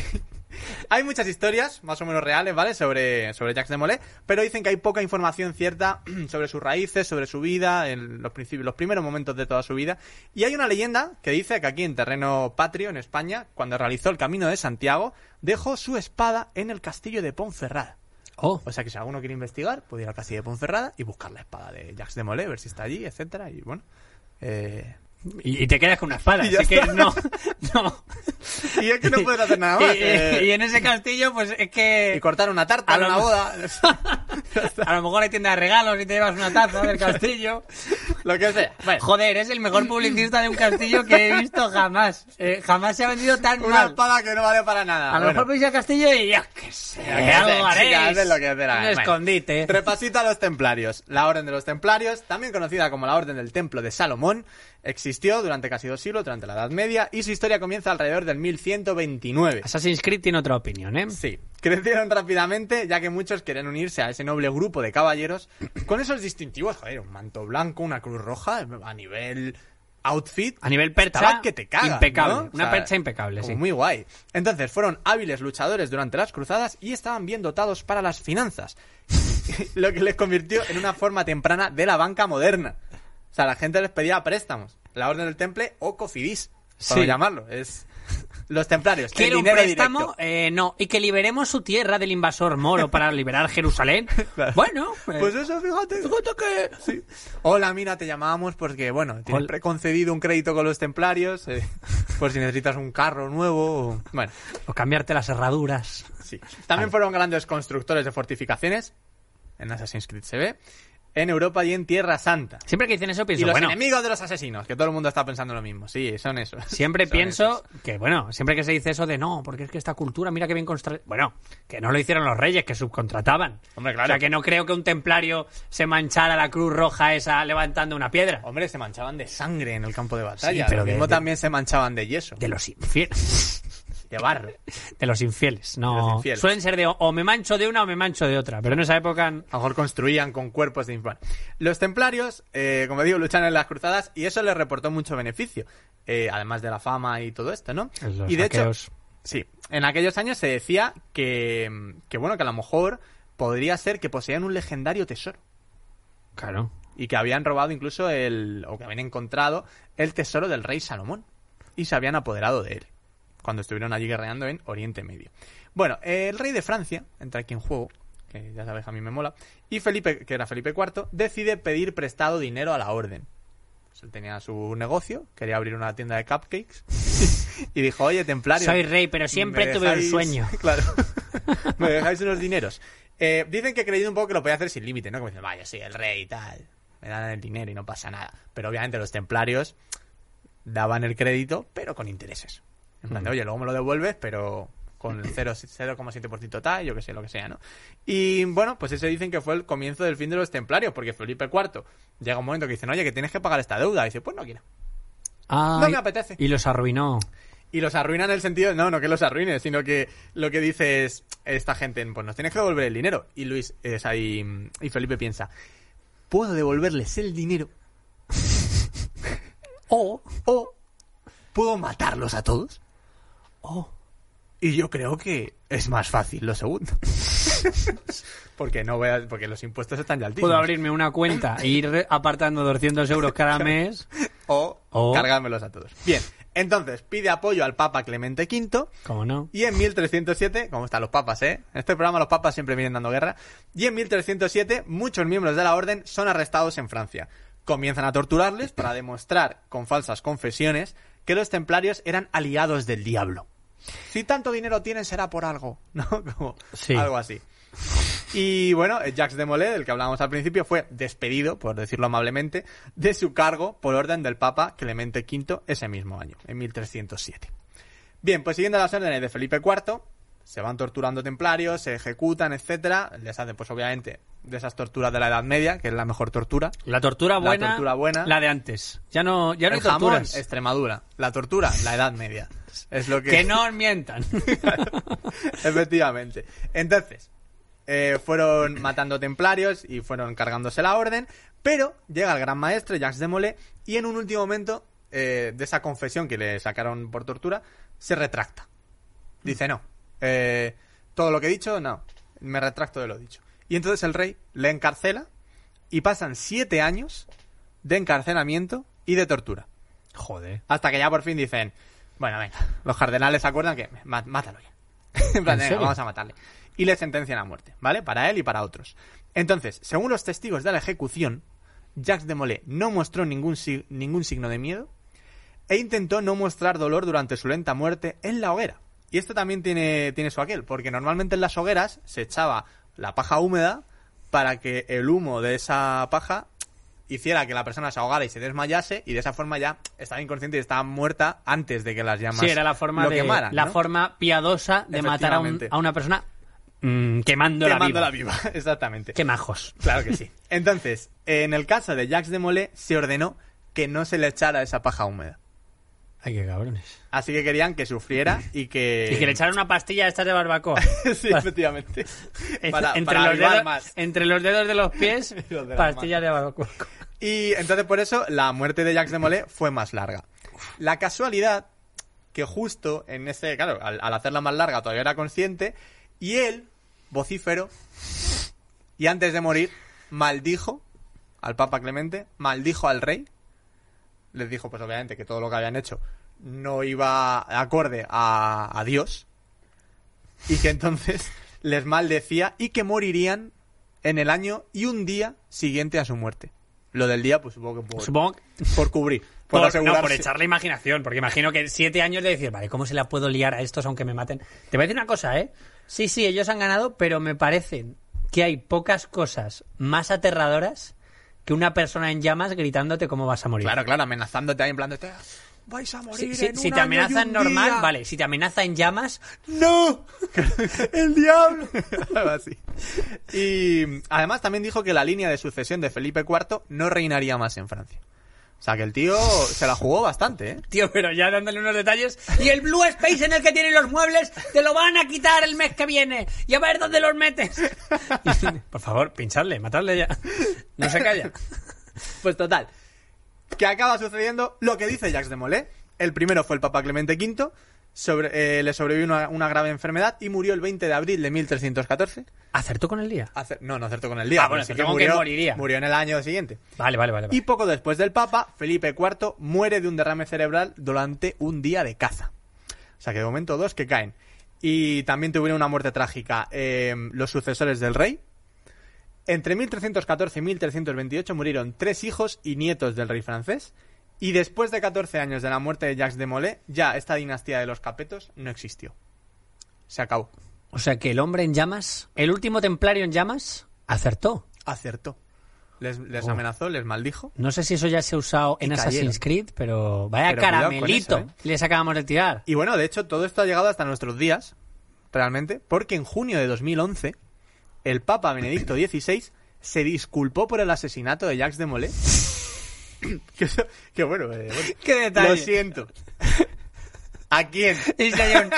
Speaker 3: hay muchas historias, más o menos reales, ¿vale? Sobre, sobre Jacques de Molay, pero dicen que hay poca información cierta [clears throat] sobre sus raíces, sobre su vida, en los, principios, los primeros momentos de toda su vida. Y hay una leyenda que dice que aquí en terreno patrio, en España, cuando realizó el camino de Santiago, dejó su espada en el castillo de Ponferrada.
Speaker 2: Oh,
Speaker 3: O sea que si alguno quiere investigar, puede ir al castillo de Ponferrada y buscar la espada de Jacques de Molay, ver si está allí, etcétera Y bueno, eh, [laughs]
Speaker 2: y, y te quedas con una espada,
Speaker 3: Y ya [laughs]
Speaker 2: así que
Speaker 3: está.
Speaker 2: no, no.
Speaker 3: Y es que no puedes hacer nada
Speaker 2: [laughs]
Speaker 3: más.
Speaker 2: Y,
Speaker 3: eh,
Speaker 2: y en ese castillo, pues es
Speaker 3: y
Speaker 2: que.
Speaker 3: cortar una tarta
Speaker 2: a
Speaker 3: en
Speaker 2: lo
Speaker 3: una
Speaker 2: mejor-
Speaker 3: boda.
Speaker 2: [laughs] A lo mejor hay tienda de regalos y te llevas una taza
Speaker 3: [laughs]
Speaker 2: del castillo.
Speaker 3: lo
Speaker 2: [laughs]
Speaker 3: que sea. Bueno,
Speaker 2: Joder, es el mejor publicista de un castillo que he visto jamás. Eh, jamás se ha vendido tan
Speaker 3: una
Speaker 2: mal.
Speaker 3: espada que no vale para nada.
Speaker 2: A lo
Speaker 3: Bueno,
Speaker 2: mejor veis al castillo y yo qué sé,
Speaker 3: Yo
Speaker 2: que
Speaker 3: qué sé,
Speaker 2: algo haréis.
Speaker 3: chicas, es lo que será.
Speaker 2: Un
Speaker 3: Bueno.
Speaker 2: escondite.
Speaker 3: Repasito a los templarios. La Orden de los Templarios, también conocida como la Orden del Templo de Salomón, existió durante casi dos siglos, durante la Edad Media, y su historia comienza alrededor del 1129.
Speaker 2: Assassin's Creed tiene otra opinión, ¿eh?
Speaker 3: Sí, crecieron rápidamente, ya que muchos querían unirse a ese noble grupo de caballeros [clears throat] con esos distintivos, joder, un manto blanco, una cruz roja, a nivel outfit.
Speaker 2: A nivel percha,
Speaker 3: Estaba que te cagas,
Speaker 2: impecable.
Speaker 3: ¿no?
Speaker 2: Una percha impecable,
Speaker 3: como
Speaker 2: sí.
Speaker 3: Muy guay. Entonces, fueron hábiles luchadores durante las cruzadas y estaban bien dotados para las finanzas, [laughs] lo que les convirtió en una forma temprana de la banca moderna. O sea, la gente les pedía préstamos, la Orden del Temple o cofidis, por
Speaker 2: Sí.
Speaker 3: llamarlo, es... Los templarios. el
Speaker 2: Quiero un
Speaker 3: dinero
Speaker 2: préstamo,
Speaker 3: directo.
Speaker 2: eh, no, y que liberemos su tierra del invasor
Speaker 3: [laughs]
Speaker 2: moro para liberar Jerusalén.
Speaker 3: Claro.
Speaker 2: Bueno, eh,
Speaker 3: Pues eso, fíjate, fíjate que... Sí. Hola, mira, te llamábamos porque, bueno, tienes
Speaker 2: Hola.
Speaker 3: preconcedido un crédito con los
Speaker 2: [laughs]
Speaker 3: templarios, eh, por si necesitas un carro nuevo o- Bueno,
Speaker 2: o cambiarte las herraduras.
Speaker 3: sí. También fueron grandes constructores de fortificaciones, en Assassin's Creed se ve, en Europa y en Tierra Santa.
Speaker 2: Siempre que dicen eso
Speaker 3: Y
Speaker 2: pienso,
Speaker 3: los
Speaker 2: bueno,
Speaker 3: enemigos de los asesinos, que todo el mundo está pensando lo mismo. Sí, son esos.
Speaker 2: siempre
Speaker 3: Son
Speaker 2: pienso
Speaker 3: esos.
Speaker 2: que, bueno, siempre que se dice eso de no, porque es que esta cultura, mira que bien construida. Bueno, que no lo hicieron los reyes, que subcontrataban.
Speaker 3: Hombre,
Speaker 2: O
Speaker 3: claro.
Speaker 2: sea, que no creo que un templario se manchara la cruz roja esa levantando una piedra.
Speaker 3: Hombre, se manchaban de sangre en el campo de batalla.
Speaker 2: pero
Speaker 3: lo
Speaker 2: de-
Speaker 3: mismo
Speaker 2: de-
Speaker 3: también se manchaban de yeso,
Speaker 2: De los infieles.
Speaker 3: de barro.
Speaker 2: [laughs] De los infieles, no.
Speaker 3: De los infieles.
Speaker 2: Suelen ser de o- o me mancho de una o me mancho de otra, pero en esa época n-
Speaker 3: A lo mejor construían con cuerpos de infantes. Los templarios, eh, como digo, luchan en las cruzadas y eso les reportó mucho beneficio. eh, además de la fama y todo esto, ¿no?
Speaker 2: Los
Speaker 3: y de
Speaker 2: saqueos.
Speaker 3: hecho, sí, en aquellos años se decía que, que, bueno, que a lo mejor podría ser que poseían un legendario tesoro
Speaker 2: claro.
Speaker 3: y que habían robado incluso el, o que habían encontrado el tesoro del rey Salomón y se habían apoderado de él cuando estuvieron allí guerreando en Oriente Medio. Bueno, el rey de Francia, entra aquí en juego, que ya sabes a mí me mola, y Felipe, que era Felipe IV, decide pedir prestado dinero a la orden. Pues él tenía su negocio, quería abrir una tienda de cupcakes [laughs] y dijo, oye, templario.
Speaker 2: Soy rey, pero siempre
Speaker 3: ¿me
Speaker 2: tuve un
Speaker 3: dejáis-"
Speaker 2: sueño.
Speaker 3: Claro. me dejáis unos dineros. Eh, dicen que he creído un poco que lo podía hacer sin límite, ¿no? Como dicen, vaya, soy el rey y tal. Me dan el dinero y no pasa nada. Pero obviamente los templarios daban el crédito, pero con intereses. En plan de, oye, luego me lo devuelves, pero con el cero- 0,7% tal, yo que sé, lo que sea, ¿no? Y bueno, pues ese dicen que fue el comienzo del fin de los templarios, porque Felipe IV llega un momento que dicen, oye, que tienes que pagar esta deuda. Y dice, pues no quiero.
Speaker 2: Ah,
Speaker 3: [laughs] No
Speaker 2: y-
Speaker 3: me apetece.
Speaker 2: Y los arruinó.
Speaker 3: Y los arruina en el sentido, no, no que los arruine, sino que lo que dice es, esta gente, pues nos tienes que devolver el dinero. Y Luis, es ahí, y Felipe piensa, puedo devolverles el dinero
Speaker 2: O,
Speaker 3: [laughs] o puedo matarlos a todos.
Speaker 2: o.
Speaker 3: Y yo creo que es más fácil lo [laughs] segundo. porque no voy a- porque los impuestos están ya altísimos.
Speaker 2: Puedo abrirme una cuenta e ir re- apartando 200 euros
Speaker 3: [laughs]
Speaker 2: cada mes.
Speaker 3: O,
Speaker 2: O-
Speaker 3: cargármelos a todos. Bien, entonces pide apoyo al Papa Clemente V
Speaker 2: ¿Cómo no?
Speaker 3: Y en 1307, como están los papas, ¿eh? En este programa los papas siempre vienen dando guerra. Y en 1307, muchos miembros de la orden son arrestados en Francia. Comienzan a torturarles para demostrar, con falsas confesiones, que los templarios eran aliados del diablo. Si tanto dinero tienen, será por algo, [laughs] ¿no? Como
Speaker 2: Sí.
Speaker 3: algo así. Y bueno, eh, Jacques de Molay, del que hablábamos al principio, fue despedido, por decirlo amablemente, de su cargo por orden del Papa Clemente V ese mismo año, en 1307. Bien, pues siguiendo las órdenes de Felipe IV, se van torturando templarios, se ejecutan, etcétera. Les hacen, pues obviamente, de esas torturas de la Edad Media, que es la mejor tortura.
Speaker 2: La tortura
Speaker 3: La
Speaker 2: buena.
Speaker 3: tortura buena.
Speaker 2: La de antes. Ya no, ya no hay
Speaker 3: El jamón,
Speaker 2: torturas.
Speaker 3: Extremadura. La tortura, la Edad Media. Es lo que...
Speaker 2: Que no os
Speaker 3: [laughs]
Speaker 2: mientan.
Speaker 3: Efectivamente. Entonces, eh, fueron matando templarios y fueron cargándose la orden, pero llega el gran maestre, Jacques de Molay, y en un último momento eh, de esa confesión que le sacaron por tortura, se retracta. Dice, no, eh, todo lo que he dicho, no, me retracto de lo dicho. Y entonces el rey le encarcela y pasan siete años de encarcelamiento y de tortura.
Speaker 2: Joder.
Speaker 3: [laughs] Hasta que ya por fin dicen, bueno, venga, los cardenales se acuerdan que "Má- mátalo ya. [laughs] en plan,
Speaker 2: ¿En
Speaker 3: venga,
Speaker 2: serio?
Speaker 3: vamos a matarle. Y le sentencian a muerte, ¿vale? Para él y para otros. Entonces, según los testigos de la ejecución, Jacques de Molay no mostró ningún, si- ningún signo de miedo. e intentó no mostrar dolor durante su lenta muerte en la hoguera. Y esto también tiene, tiene su aquel, porque normalmente en las hogueras se echaba la paja húmeda para que el humo de esa paja hiciera que la persona se ahogara y se desmayase y de esa forma ya estaba inconsciente y estaba muerta antes de que las llamas
Speaker 2: Sí, era la forma,
Speaker 3: lo
Speaker 2: de,
Speaker 3: quemaran,
Speaker 2: la
Speaker 3: ¿no?
Speaker 2: forma piadosa de matar a, un-
Speaker 3: Efectivamente.
Speaker 2: a una persona mm, quemándola,
Speaker 3: quemándola
Speaker 2: viva.
Speaker 3: viva, [laughs] exactamente.
Speaker 2: Qué majos.
Speaker 3: Claro que sí. Entonces, en el caso de Jacques de Molay, se ordenó que no se le echara esa paja húmeda.
Speaker 2: Ay, qué cabrones.
Speaker 3: Así que querían que sufriera y que...
Speaker 2: [laughs] Y que le echaron una pastilla a estas de barbacoa.
Speaker 3: sí, efectivamente.
Speaker 2: En-
Speaker 3: [laughs] Para,
Speaker 2: entre,
Speaker 3: para
Speaker 2: los
Speaker 3: avivar
Speaker 2: dedos,
Speaker 3: más.
Speaker 2: entre los dedos de los pies,
Speaker 3: [laughs] Los de las
Speaker 2: pastillas de barbacoa.
Speaker 3: Y entonces por eso la muerte de Jacques de Molay fue más larga. La casualidad que justo en ese, claro, al, al hacerla más larga todavía era consciente y él, vocífero, y antes de morir, maldijo al Papa Clemente, maldijo al rey, les dijo pues obviamente que todo lo que habían hecho no iba acorde a, a Dios y que entonces [laughs] les maldecía y que morirían en el año y un día siguiente a su muerte. Lo del día, pues supongo que por,
Speaker 2: Supongo que-
Speaker 3: por cubrir, por,
Speaker 2: por, no,
Speaker 3: asegurarse.
Speaker 2: por echar la imaginación, porque imagino que siete años de decir, vale, ¿cómo se la puedo liar a estos aunque me maten? Te voy a decir una cosa, ¿eh? Sí, sí, ellos han ganado, pero me parece que hay pocas cosas más aterradoras que una persona en llamas gritándote cómo vas a morir.
Speaker 3: Claro, claro, amenazándote ahí en plan de, "Te- vais a morir
Speaker 2: Si, si-
Speaker 3: en
Speaker 2: si
Speaker 3: un
Speaker 2: te
Speaker 3: año y
Speaker 2: amenazan
Speaker 3: un
Speaker 2: normal,
Speaker 3: día".
Speaker 2: vale. Si te amenaza en llamas,
Speaker 3: ¡No!
Speaker 2: [laughs]
Speaker 3: ¡El diablo! [laughs] Algo así. Y además también dijo que la línea de sucesión de Felipe IV no reinaría más en Francia. O sea que el tío se la jugó bastante, ¿eh?
Speaker 2: tío, pero ya dándole unos detalles. Y el blue space en el que tienen los muebles, te lo van a quitar el mes que viene. Y a ver dónde los metes. [laughs] Por favor, pincharle, matarle ya. No se calla.
Speaker 3: Pues total. Que acaba sucediendo lo que dice Jacques de Molay. El primero fue el Papa Clemente V. Sobre, eh, le sobrevivió una, una grave enfermedad y murió el 20 de abril de 1314.
Speaker 2: ¿Acertó con el día?
Speaker 3: Acer- no, no acertó con el día.
Speaker 2: Ah, bueno,
Speaker 3: pero sí
Speaker 2: acertó con que moriría.
Speaker 3: Murió en el año siguiente.
Speaker 2: Vale, vale, vale. vale.
Speaker 3: Y poco después del Papa, Felipe IV muere de un derrame cerebral durante un día de caza. O sea que de momento dos que caen. Y también tuvieron una muerte trágica eh, los sucesores del rey. Entre 1314 y 1328 murieron tres hijos y nietos del rey francés. Y después de 14 años de la muerte de Jacques de Molay, ya esta dinastía de los Capetos no existió. Se acabó.
Speaker 2: O sea que el hombre en llamas, el último templario en llamas, acertó.
Speaker 3: Acertó. Les, les
Speaker 2: Oh.
Speaker 3: amenazó, les maldijo.
Speaker 2: No sé si eso ya se ha usado en
Speaker 3: Y
Speaker 2: Assassin's Creed, pero vaya
Speaker 3: Pero cuidado con
Speaker 2: caramelito
Speaker 3: eso, ¿eh?
Speaker 2: les acabamos de tirar.
Speaker 3: Y bueno, de hecho, todo esto ha llegado hasta nuestros días, realmente, porque en junio de 2011, el Papa Benedicto XVI se disculpó por el asesinato de Jacques de Molay. que, eso- que bueno, eh, bueno.
Speaker 2: ¡Qué detalle!
Speaker 3: [laughs] Lo siento. ¿A quién?
Speaker 2: Y si hay un-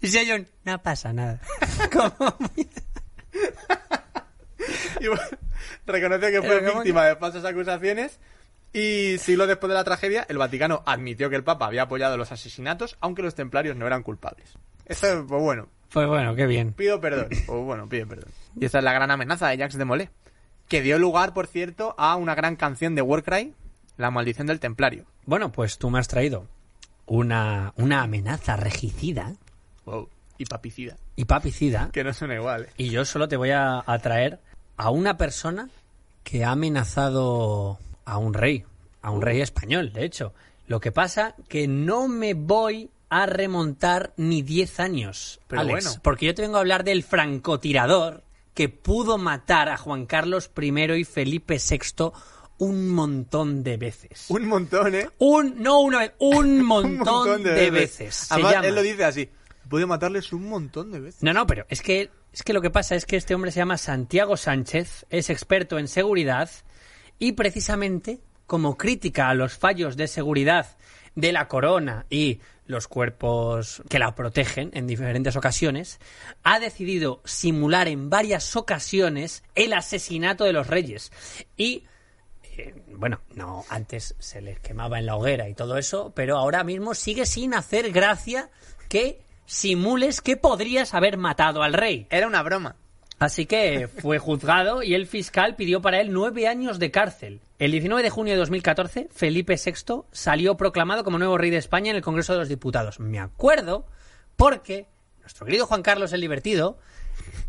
Speaker 2: y si hay un, no pasa nada. Como muy-
Speaker 3: [laughs] Y bueno, reconoció que fue
Speaker 2: Pero qué
Speaker 3: víctima de falsas acusaciones. Y siglos después de la tragedia, el Vaticano admitió que el Papa había apoyado los asesinatos, aunque los templarios no eran culpables. Esto, pues bueno,
Speaker 2: Pues bueno, qué bien.
Speaker 3: Pido perdón. O bueno, pide perdón. Y esa es la gran amenaza de Jacques de Molay. Que dio lugar, por cierto, a una gran canción de Warcry, La maldición del templario.
Speaker 2: Bueno, pues tú me has traído una, una amenaza regicida
Speaker 3: Wow. Y papicida.
Speaker 2: y papicida.
Speaker 3: Que no suena igual, ¿eh?
Speaker 2: Y yo solo te voy a atraer a una persona que ha amenazado a un rey, a un rey español, de hecho. Lo que pasa que no me voy a remontar ni 10 años,
Speaker 3: Pero
Speaker 2: Alex,
Speaker 3: bueno.
Speaker 2: porque yo te vengo a hablar del francotirador que pudo matar a Juan Carlos I y Felipe VI un montón de veces.
Speaker 3: Un montón, ¿eh?
Speaker 2: Un- no una vez, un montón,
Speaker 3: [laughs] Un
Speaker 2: de, veces. Se
Speaker 3: Además,
Speaker 2: llama.
Speaker 3: él lo dice así. Pude matarles un montón de veces.
Speaker 2: No, no, pero es que, es que lo que pasa es que este hombre se llama Santiago Sánchez, es experto en seguridad y precisamente como crítica a los fallos de seguridad de la corona y los cuerpos que la protegen en diferentes ocasiones, ha decidido simular en varias ocasiones el asesinato de los reyes. Y eh, bueno, no, antes se les quemaba en la hoguera y todo eso, pero ahora mismo sigue sin hacer gracia que simules que podrías haber matado al rey.
Speaker 3: Era una broma.
Speaker 2: Así que fue juzgado y el fiscal pidió para él nueve años de cárcel. El 19 de junio de 2014, Felipe VI salió proclamado como nuevo rey de España en el Congreso de los Diputados. Me acuerdo porque nuestro querido Juan Carlos el Divertido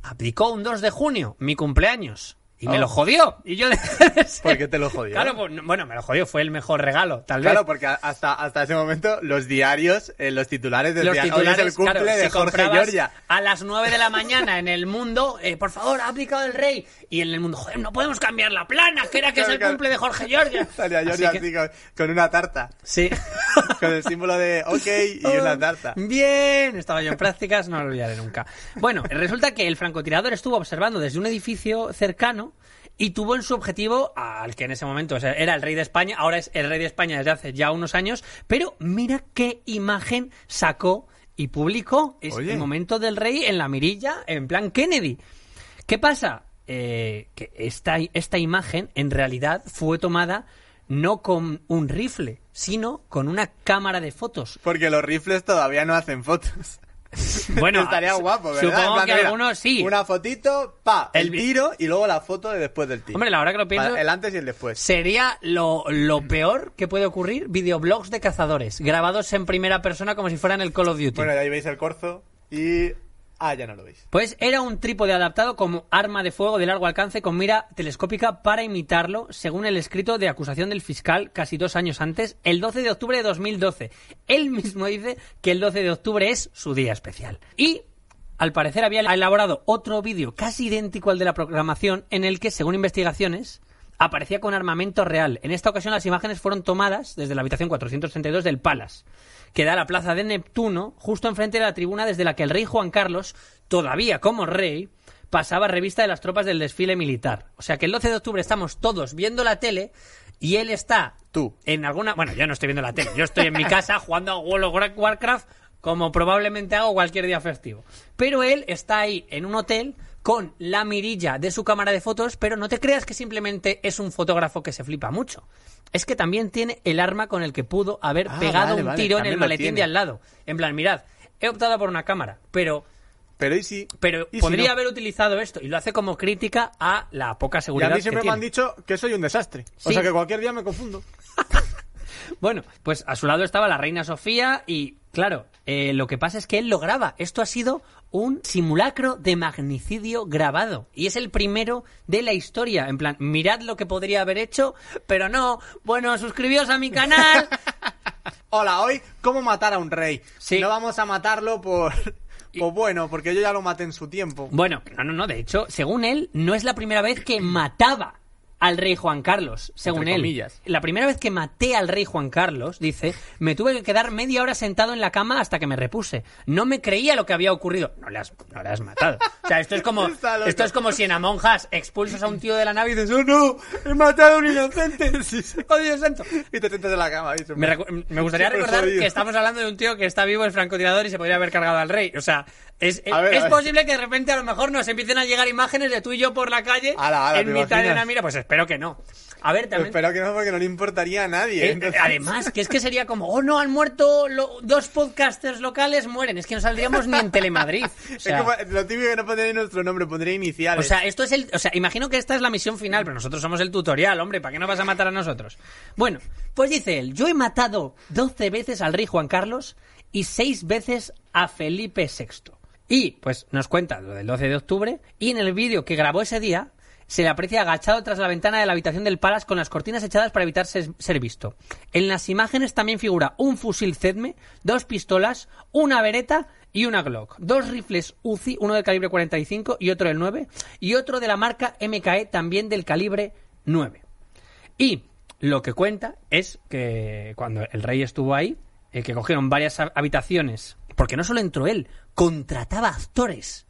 Speaker 2: abdicó un 2 de junio, mi cumpleaños. Y me lo jodió. Y yo dejé de ser-
Speaker 3: ¿Por qué te lo [laughs] jodió?
Speaker 2: Claro, pues, no- bueno, me lo jodió. Fue el mejor regalo, tal vez.
Speaker 3: Claro, porque a- hasta, hasta ese momento los diarios, eh, los titulares decían,
Speaker 2: los titulares,
Speaker 3: hoy es el cumple
Speaker 2: claro,
Speaker 3: de
Speaker 2: si
Speaker 3: Jorge
Speaker 2: comprabas
Speaker 3: Giorgia. [laughs]
Speaker 2: A las 9 de la mañana en el mundo, eh, por favor, ha aplicado el rey. Y en el mundo, joder, no podemos cambiar la plana, que era que es
Speaker 3: Claro,
Speaker 2: el
Speaker 3: claro.
Speaker 2: cumple de Jorge Giorgia.
Speaker 3: [laughs] Salía
Speaker 2: Así
Speaker 3: Giorgia
Speaker 2: que-
Speaker 3: así con, con una tarta, [laughs]
Speaker 2: Sí.
Speaker 3: con el símbolo de ok y una tarta.
Speaker 2: Oh, Bien, estaba yo en prácticas, no lo olvidaré nunca. Bueno, resulta que el francotirador estuvo observando desde un edificio cercano y tuvo en su objetivo al que en ese momento o sea, era el rey de España, ahora es el rey de España desde hace ya unos años, pero mira qué imagen sacó y publicó. Es
Speaker 3: Oye.
Speaker 2: el momento del rey en la mirilla, en plan Kennedy. ¿Qué pasa? Eh, que esta, esta imagen en realidad fue tomada no con un rifle, sino con una cámara de fotos.
Speaker 3: Porque los rifles todavía no hacen fotos.
Speaker 2: Bueno,
Speaker 3: [laughs] estaría
Speaker 2: su-
Speaker 3: guapo, ¿verdad? En
Speaker 2: Supongo
Speaker 3: plan,
Speaker 2: que
Speaker 3: mira,
Speaker 2: algunos sí.
Speaker 3: Una fotito, pa, el,
Speaker 2: El vi-
Speaker 3: tiro y luego la foto de después del tiro.
Speaker 2: Hombre, la verdad que lo pienso-
Speaker 3: Para- El antes y el después.
Speaker 2: Sería lo, lo peor que puede ocurrir, videoblogs de cazadores, grabados en primera persona como si fueran el Call of Duty.
Speaker 3: Bueno, y ahí veis el corzo y... Ah, ya no lo veis.
Speaker 2: Pues era un trípode adaptado como arma de fuego de largo alcance con mira telescópica para imitarlo, según el escrito de acusación del fiscal casi dos años antes, el 12 de octubre de 2012. Él mismo dice que el 12 de octubre es su día especial. Y, al parecer, había elaborado otro vídeo casi idéntico al de la programación en el que, según investigaciones, aparecía con armamento real. En esta ocasión las imágenes fueron tomadas desde la habitación 432 del Palace, que da a la plaza de Neptuno, justo enfrente de la tribuna desde la que el rey Juan Carlos, todavía como rey, pasaba revista de las tropas del desfile militar. O sea que el 12 de octubre estamos todos viendo la tele y él está
Speaker 3: Tú.
Speaker 2: en alguna... Bueno, yo no estoy viendo la tele, yo estoy en mi casa jugando a World of Warcraft como probablemente hago cualquier día festivo. Pero él está ahí en un hotel con la mirilla de su cámara de fotos, pero no te creas que simplemente es un fotógrafo que se flipa mucho. Es que también tiene el arma con el que pudo haber
Speaker 3: Ah,
Speaker 2: pegado
Speaker 3: vale,
Speaker 2: un
Speaker 3: vale,
Speaker 2: tiro en
Speaker 3: también
Speaker 2: el
Speaker 3: lo
Speaker 2: maletín
Speaker 3: tiene.
Speaker 2: de al lado. En plan, mirad, he optado por una cámara, pero
Speaker 3: Pero y sí.
Speaker 2: pero
Speaker 3: ¿Y si
Speaker 2: podría
Speaker 3: no?
Speaker 2: haber utilizado esto y lo hace como crítica a la poca
Speaker 3: Y a
Speaker 2: seguridad
Speaker 3: mí
Speaker 2: que
Speaker 3: siempre me han
Speaker 2: tiene.
Speaker 3: dicho que soy un desastre. O
Speaker 2: Sí.
Speaker 3: sea que cualquier día me confundo.
Speaker 2: Bueno, pues a su lado estaba la reina Sofía y, claro, eh, lo que pasa es que él lo graba. Esto ha sido un simulacro de magnicidio grabado. Y es el primero de la historia. En plan, mirad lo que podría haber hecho, pero no. Bueno, suscribíos a mi canal.
Speaker 3: Hola, hoy, ¿cómo matar a un rey?
Speaker 2: Sí.
Speaker 3: No vamos a matarlo por... Pues bueno, porque yo ya lo maté en su tiempo.
Speaker 2: Bueno, no, no, no. De hecho, según él, no es la primera vez que mataba al rey Juan Carlos, según
Speaker 3: Entre
Speaker 2: él.
Speaker 3: comillas.
Speaker 2: La primera vez que maté al rey Juan Carlos, dice, me tuve que quedar media hora sentado en la cama hasta que me repuse. No me creía lo que había ocurrido. No le has, no le has matado. O sea, esto es como,
Speaker 3: [laughs] Está loco.
Speaker 2: esto es como si en Among Us expulsas a un tío de la nave y dices, "Oh,
Speaker 3: no! ¡He matado a un [laughs] inocente!
Speaker 2: ¡Oh, Dios santo!
Speaker 3: [laughs] Y te sientas en la cama. ¿viste?
Speaker 2: Me, recu- me gustaría
Speaker 3: Súper
Speaker 2: recordar
Speaker 3: jodido.
Speaker 2: que estamos hablando de un tío que está vivo, es francotirador y se podría haber cargado al rey. O sea, es,
Speaker 3: A ver,
Speaker 2: es
Speaker 3: a ver.
Speaker 2: posible que de repente a lo mejor nos empiecen a llegar imágenes de tú y yo por la calle
Speaker 3: Ala, ala,
Speaker 2: en
Speaker 3: ¿te
Speaker 2: mitad de una
Speaker 3: imaginas?
Speaker 2: mira. Pues espero que no. A ver, también.
Speaker 3: Espero que no, porque no le importaría a nadie.
Speaker 2: eh,
Speaker 3: entonces-
Speaker 2: además, que es que sería como, oh no, han muerto lo- dos podcasters locales, mueren. Es que no saldríamos ni en
Speaker 3: [laughs]
Speaker 2: Telemadrid. O sea,
Speaker 3: [laughs] es como lo típico que no pondría ni nuestro nombre, pondría iniciales.
Speaker 2: o sea, esto es el. O sea, imagino que esta es la misión final, pero nosotros somos el tutorial, hombre, ¿para qué nos vas a matar a nosotros? Bueno, pues dice él: Yo he matado 12 veces al rey Juan Carlos y 6 veces a Felipe VI. Y, pues, nos cuenta lo del 12 de octubre, y en el vídeo que grabó ese día. Se le aprecia agachado tras la ventana de la habitación del Palace con las cortinas echadas para evitar ses- ser visto. En las imágenes también figura un fusil CEDME, dos pistolas, una bereta y una Glock. Dos rifles UCI, uno del calibre 45 y otro del 9, y otro de la marca MKE también del calibre 9. Y lo que cuenta es que cuando el rey estuvo ahí, eh, que cogieron varias ha- habitaciones, porque no solo entró él, contrataba actores.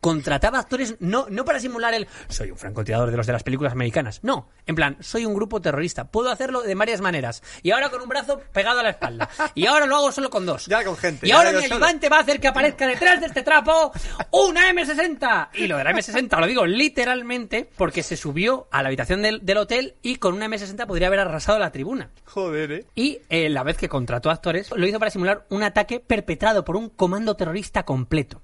Speaker 2: Contrataba actores no, no para simular el soy un francotirador de los de las películas americanas. No, en plan, soy un grupo terrorista. Puedo hacerlo de varias maneras. Y ahora con un brazo pegado a la espalda. Y ahora lo hago solo con dos.
Speaker 3: Ya con gente,
Speaker 2: Y
Speaker 3: ya
Speaker 2: ahora
Speaker 3: yo
Speaker 2: mi
Speaker 3: solo.
Speaker 2: ayudante va a hacer que aparezca detrás de este trapo una M60. Y lo de la M60 lo digo literalmente porque se subió a la habitación del, del hotel y con una M60 podría haber arrasado la tribuna.
Speaker 3: Joder, eh.
Speaker 2: Y eh, la vez que contrató actores, lo hizo para simular un ataque perpetrado por un comando terrorista completo.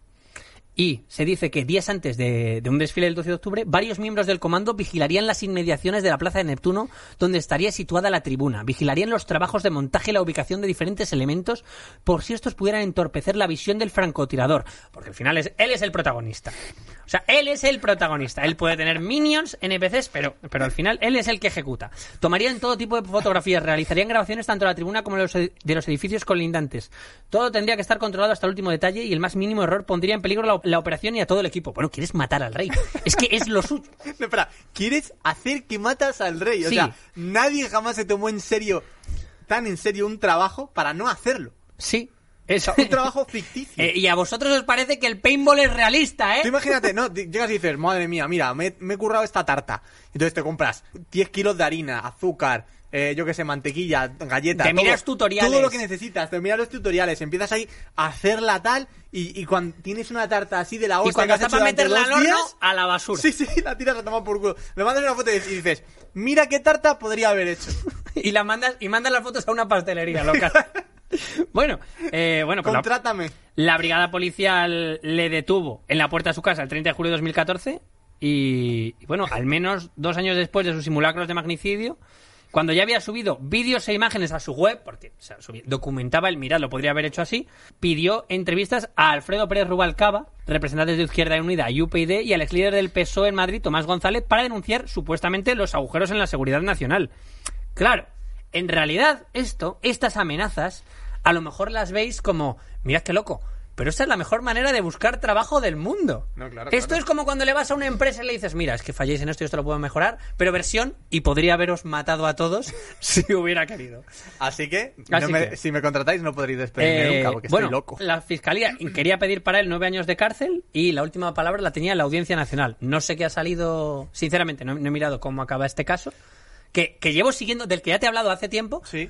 Speaker 2: Y se dice que días antes de, de un desfile del 12 de octubre, varios miembros del comando vigilarían las inmediaciones de la Plaza de Neptuno, donde estaría situada la tribuna. Vigilarían los trabajos de montaje y la ubicación de diferentes elementos por si estos pudieran entorpecer la visión del francotirador. Porque al final es, él es el protagonista. O sea, él es el protagonista. Él puede tener minions, NPCs, pero, pero al final él es el que ejecuta. Tomarían todo tipo de fotografías, realizarían grabaciones tanto de la tribuna como de los, ed- de los edificios colindantes. Todo tendría que estar controlado hasta el último detalle y el más mínimo error pondría en peligro la, la operación y a todo el equipo. Bueno, quieres matar al rey. Es que es lo suyo.
Speaker 3: No, espera, quieres hacer que matas al rey. O
Speaker 2: Sí.
Speaker 3: sea, nadie jamás se tomó en serio, tan en serio, un trabajo para no hacerlo.
Speaker 2: Sí. Eso.
Speaker 3: Un trabajo ficticio.
Speaker 2: [laughs] Eh, y a vosotros os parece que el paintball es realista, ¿eh?
Speaker 3: Tú imagínate, no, di- llegas y dices, madre mía, mira, me, me he currado esta tarta. Entonces te compras 10 kilos de harina, azúcar, eh, yo qué sé, mantequilla, galletas.
Speaker 2: Te
Speaker 3: todo-
Speaker 2: miras tutoriales.
Speaker 3: Todo lo que necesitas, te miras los tutoriales, empiezas ahí a hacerla tal y, y cuando tienes una tarta así de la hostia
Speaker 2: y cuando
Speaker 3: que
Speaker 2: está
Speaker 3: has hecho
Speaker 2: para
Speaker 3: durante
Speaker 2: meterla al
Speaker 3: dos
Speaker 2: horno,
Speaker 3: días,
Speaker 2: a la basura.
Speaker 3: Sí, [laughs] sí, la tiras a tomar por culo. Le mandas una foto y y dices, mira qué tarta podría haber
Speaker 2: [laughs]
Speaker 3: hecho.
Speaker 2: Y la mandas y mandas las fotos a una pastelería loca. bueno, eh, [laughs] bueno, pues la-
Speaker 3: Contrátame.
Speaker 2: La brigada policial le detuvo en la puerta de su casa el 30 de julio de 2014 y, y, bueno, al menos dos años después de sus simulacros de magnicidio, cuando ya había subido vídeos e imágenes a su web, porque o sea, subi- documentaba el mirad, lo podría haber hecho así, pidió entrevistas a Alfredo Pérez Rubalcaba, representantes de Izquierda Unida y UPyD, y al ex líder del PSOE E en Madrid, Tomás González, para denunciar supuestamente los agujeros en la seguridad nacional. Claro, en realidad esto, estas amenazas, a lo mejor las veis como, mirad qué loco, pero esta es la mejor manera de buscar trabajo del mundo.
Speaker 3: No, claro,
Speaker 2: esto
Speaker 3: claro.
Speaker 2: es como cuando le vas a una empresa y le dices, mira, es que falléis en esto y esto lo puedo mejorar, pero versión, y podría haberos matado a todos [laughs] si hubiera querido.
Speaker 3: Así que,
Speaker 2: Así
Speaker 3: no me-
Speaker 2: que-
Speaker 3: si me contratáis no podréis despedirme
Speaker 2: Eh,
Speaker 3: nunca porque
Speaker 2: bueno,
Speaker 3: estoy loco.
Speaker 2: La fiscalía quería pedir para él nueve años de cárcel y la última palabra la tenía la Audiencia Nacional. No sé qué ha salido, sinceramente, no, no he mirado cómo acaba este caso. Que, que llevo siguiendo, del que ya te he hablado hace tiempo,
Speaker 3: Sí.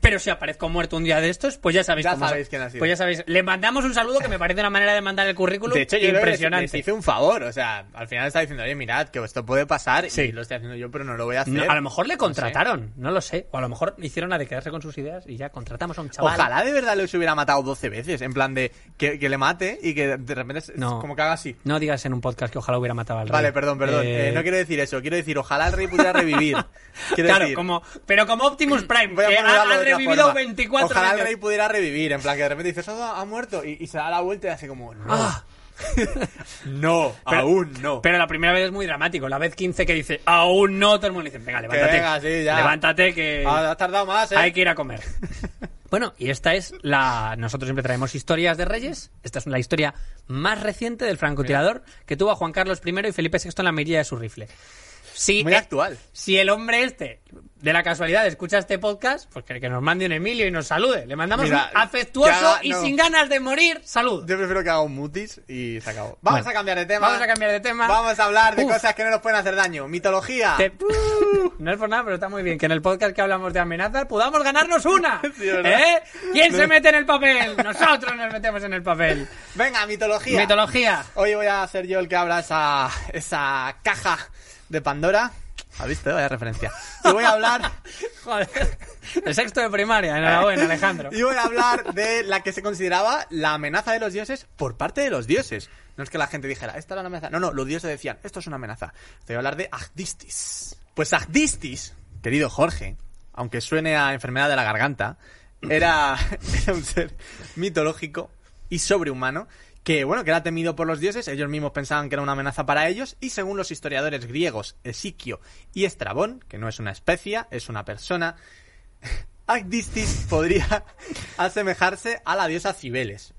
Speaker 2: pero si aparezco muerto un día de estos, pues ya sabéis
Speaker 3: Ya
Speaker 2: cómo
Speaker 3: sabéis
Speaker 2: se-
Speaker 3: quién ha sido.
Speaker 2: Pues ya sabéis. Le mandamos un saludo que me parece una manera de mandar el currículum
Speaker 3: De hecho, yo impresionante. Les,
Speaker 2: impresionante.
Speaker 3: hice un favor, o sea, al final está diciendo, oye, mirad, que esto puede pasar
Speaker 2: Sí.
Speaker 3: y lo estoy haciendo yo, pero no lo voy a hacer.
Speaker 2: No, a lo mejor le
Speaker 3: No sé.
Speaker 2: contrataron, no, lo sé. O a lo mejor hicieron la de quedarse con sus ideas y ya contratamos a un chaval.
Speaker 3: Ojalá de verdad los hubiera matado 12 veces, en plan de que, que le mate y que de repente se-
Speaker 2: No.
Speaker 3: como que haga así.
Speaker 2: No digas en un podcast que ojalá hubiera matado al rey.
Speaker 3: Vale, perdón, perdón.
Speaker 2: Eh,
Speaker 3: eh, no quiero decir eso. Quiero decir, ojalá el rey
Speaker 2: [laughs]
Speaker 3: pudiera revivir. Quiero
Speaker 2: claro,
Speaker 3: decir,
Speaker 2: como, pero como
Speaker 3: [clears throat]
Speaker 2: Optimus Prime,
Speaker 3: voy a
Speaker 2: que
Speaker 3: ponerlo
Speaker 2: ha,
Speaker 3: de
Speaker 2: ha
Speaker 3: otra
Speaker 2: revivido
Speaker 3: forma.
Speaker 2: 24
Speaker 3: Ojalá el
Speaker 2: años.
Speaker 3: rey pudiera revivir, en plan que de repente dices, "Ah, ha muerto, y, y se da la vuelta y hace como, no.
Speaker 2: Ah.
Speaker 3: no,
Speaker 2: Pero-
Speaker 3: aún no.
Speaker 2: Pero la primera vez es muy dramático. La vez 15 que dice, aún no, todo el mundo le dice, venga, levántate.
Speaker 3: venga, sí, ya.
Speaker 2: Levántate que...
Speaker 3: Ah, has tardado más, eh.
Speaker 2: Hay que ir a comer. [laughs] Bueno, y esta es la. Nosotros siempre traemos historias de reyes. Esta es la historia más reciente del francotirador que tuvo a Juan Carlos I y Felipe VI en la mirilla de su rifle. Si,
Speaker 3: Muy
Speaker 2: eh,
Speaker 3: actual.
Speaker 2: si el hombre este, de la casualidad, escucha este podcast, pues que, que nos mande un Emilio y nos salude. Le mandamos
Speaker 3: Mira,
Speaker 2: un afectuoso
Speaker 3: que haga-
Speaker 2: y
Speaker 3: no.
Speaker 2: sin ganas de morir saludo.
Speaker 3: Yo prefiero que haga un mutis y se acabó. Vamos
Speaker 2: Bueno,
Speaker 3: a cambiar de tema.
Speaker 2: vamos a cambiar de tema.
Speaker 3: Vamos a hablar de
Speaker 2: Uf.
Speaker 3: cosas que no nos pueden hacer daño. Mitología.
Speaker 2: Te- [laughs] No es por nada, pero está muy bien que en el podcast que hablamos de amenazas podamos ganarnos una.
Speaker 3: [laughs] Sí, ¿verdad?
Speaker 2: ¿Eh? ¿Quién se mete en el papel? Nosotros nos metemos en el papel.
Speaker 3: Venga, mitología.
Speaker 2: Mitología.
Speaker 3: Hoy voy a ser yo el que abra esa, esa caja de Pandora. ¿Has visto? Vaya referencia. Y voy a hablar.
Speaker 2: [laughs] Joder. El sexto de primaria, enhorabuena, Alejandro.
Speaker 3: Y voy a hablar de la que se consideraba la amenaza de los dioses por parte de los dioses. No es que la gente dijera, esta era una amenaza. No, no, los dioses decían, esto es una amenaza. Te voy a hablar de Agdistis. Pues Agdistis, querido Jorge, aunque suene a enfermedad de la garganta, era, [laughs] era un ser mitológico y sobrehumano que, bueno, que era temido por los dioses, ellos mismos pensaban que era una amenaza para ellos, y según los historiadores griegos Esiquio y Estrabón, que no es una especia, es una persona, Agdistis podría [laughs] asemejarse a la diosa Cibeles.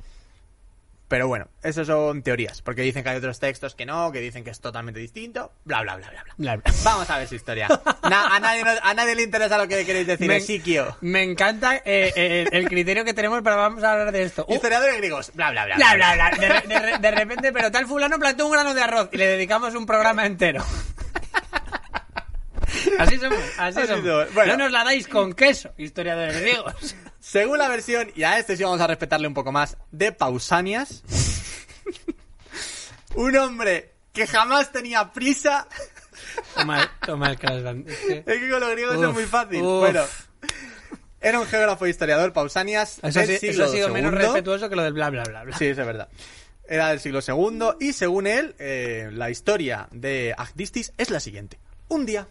Speaker 3: Pero bueno, eso son teorías, porque dicen que hay otros textos que no, que dicen que es totalmente distinto, bla, bla, bla, bla, bla.
Speaker 2: Bla, bla.
Speaker 3: Vamos a ver su historia. Na- a, nadie, no- a nadie le interesa lo que queréis decir, Esiquio.
Speaker 2: me encanta eh, eh, el criterio que tenemos para vamos a hablar de esto. Uh,
Speaker 3: Historiadores griegos, bla, bla, bla.
Speaker 2: bla, bla, bla. De, re- de re- de repente, pero tal fulano plantó un grano de arroz y le dedicamos un programa entero. [laughs] Así somos, así,
Speaker 3: Así
Speaker 2: somos.
Speaker 3: somos. Bueno.
Speaker 2: No nos la dais con queso, historiadores griegos.
Speaker 3: Según la versión, y a este sí vamos a respetarle un poco más,
Speaker 2: [laughs]
Speaker 3: de Pausanias, un hombre que jamás tenía prisa
Speaker 2: Toma, el- toma el croissant. Es que-
Speaker 3: Es que con los griegos
Speaker 2: Uf,
Speaker 3: es muy fácil.
Speaker 2: uf.
Speaker 3: Bueno, era un geógrafo e historiador, Pausanias,
Speaker 2: Eso,
Speaker 3: del
Speaker 2: sí- eso
Speaker 3: siglo
Speaker 2: ha sido menos
Speaker 3: segundo.
Speaker 2: respetuoso que lo del bla, bla, bla. bla.
Speaker 3: Sí, eso es verdad. Eh, era del siglo II y según él, eh, la historia de Agdistis es la siguiente. Un día,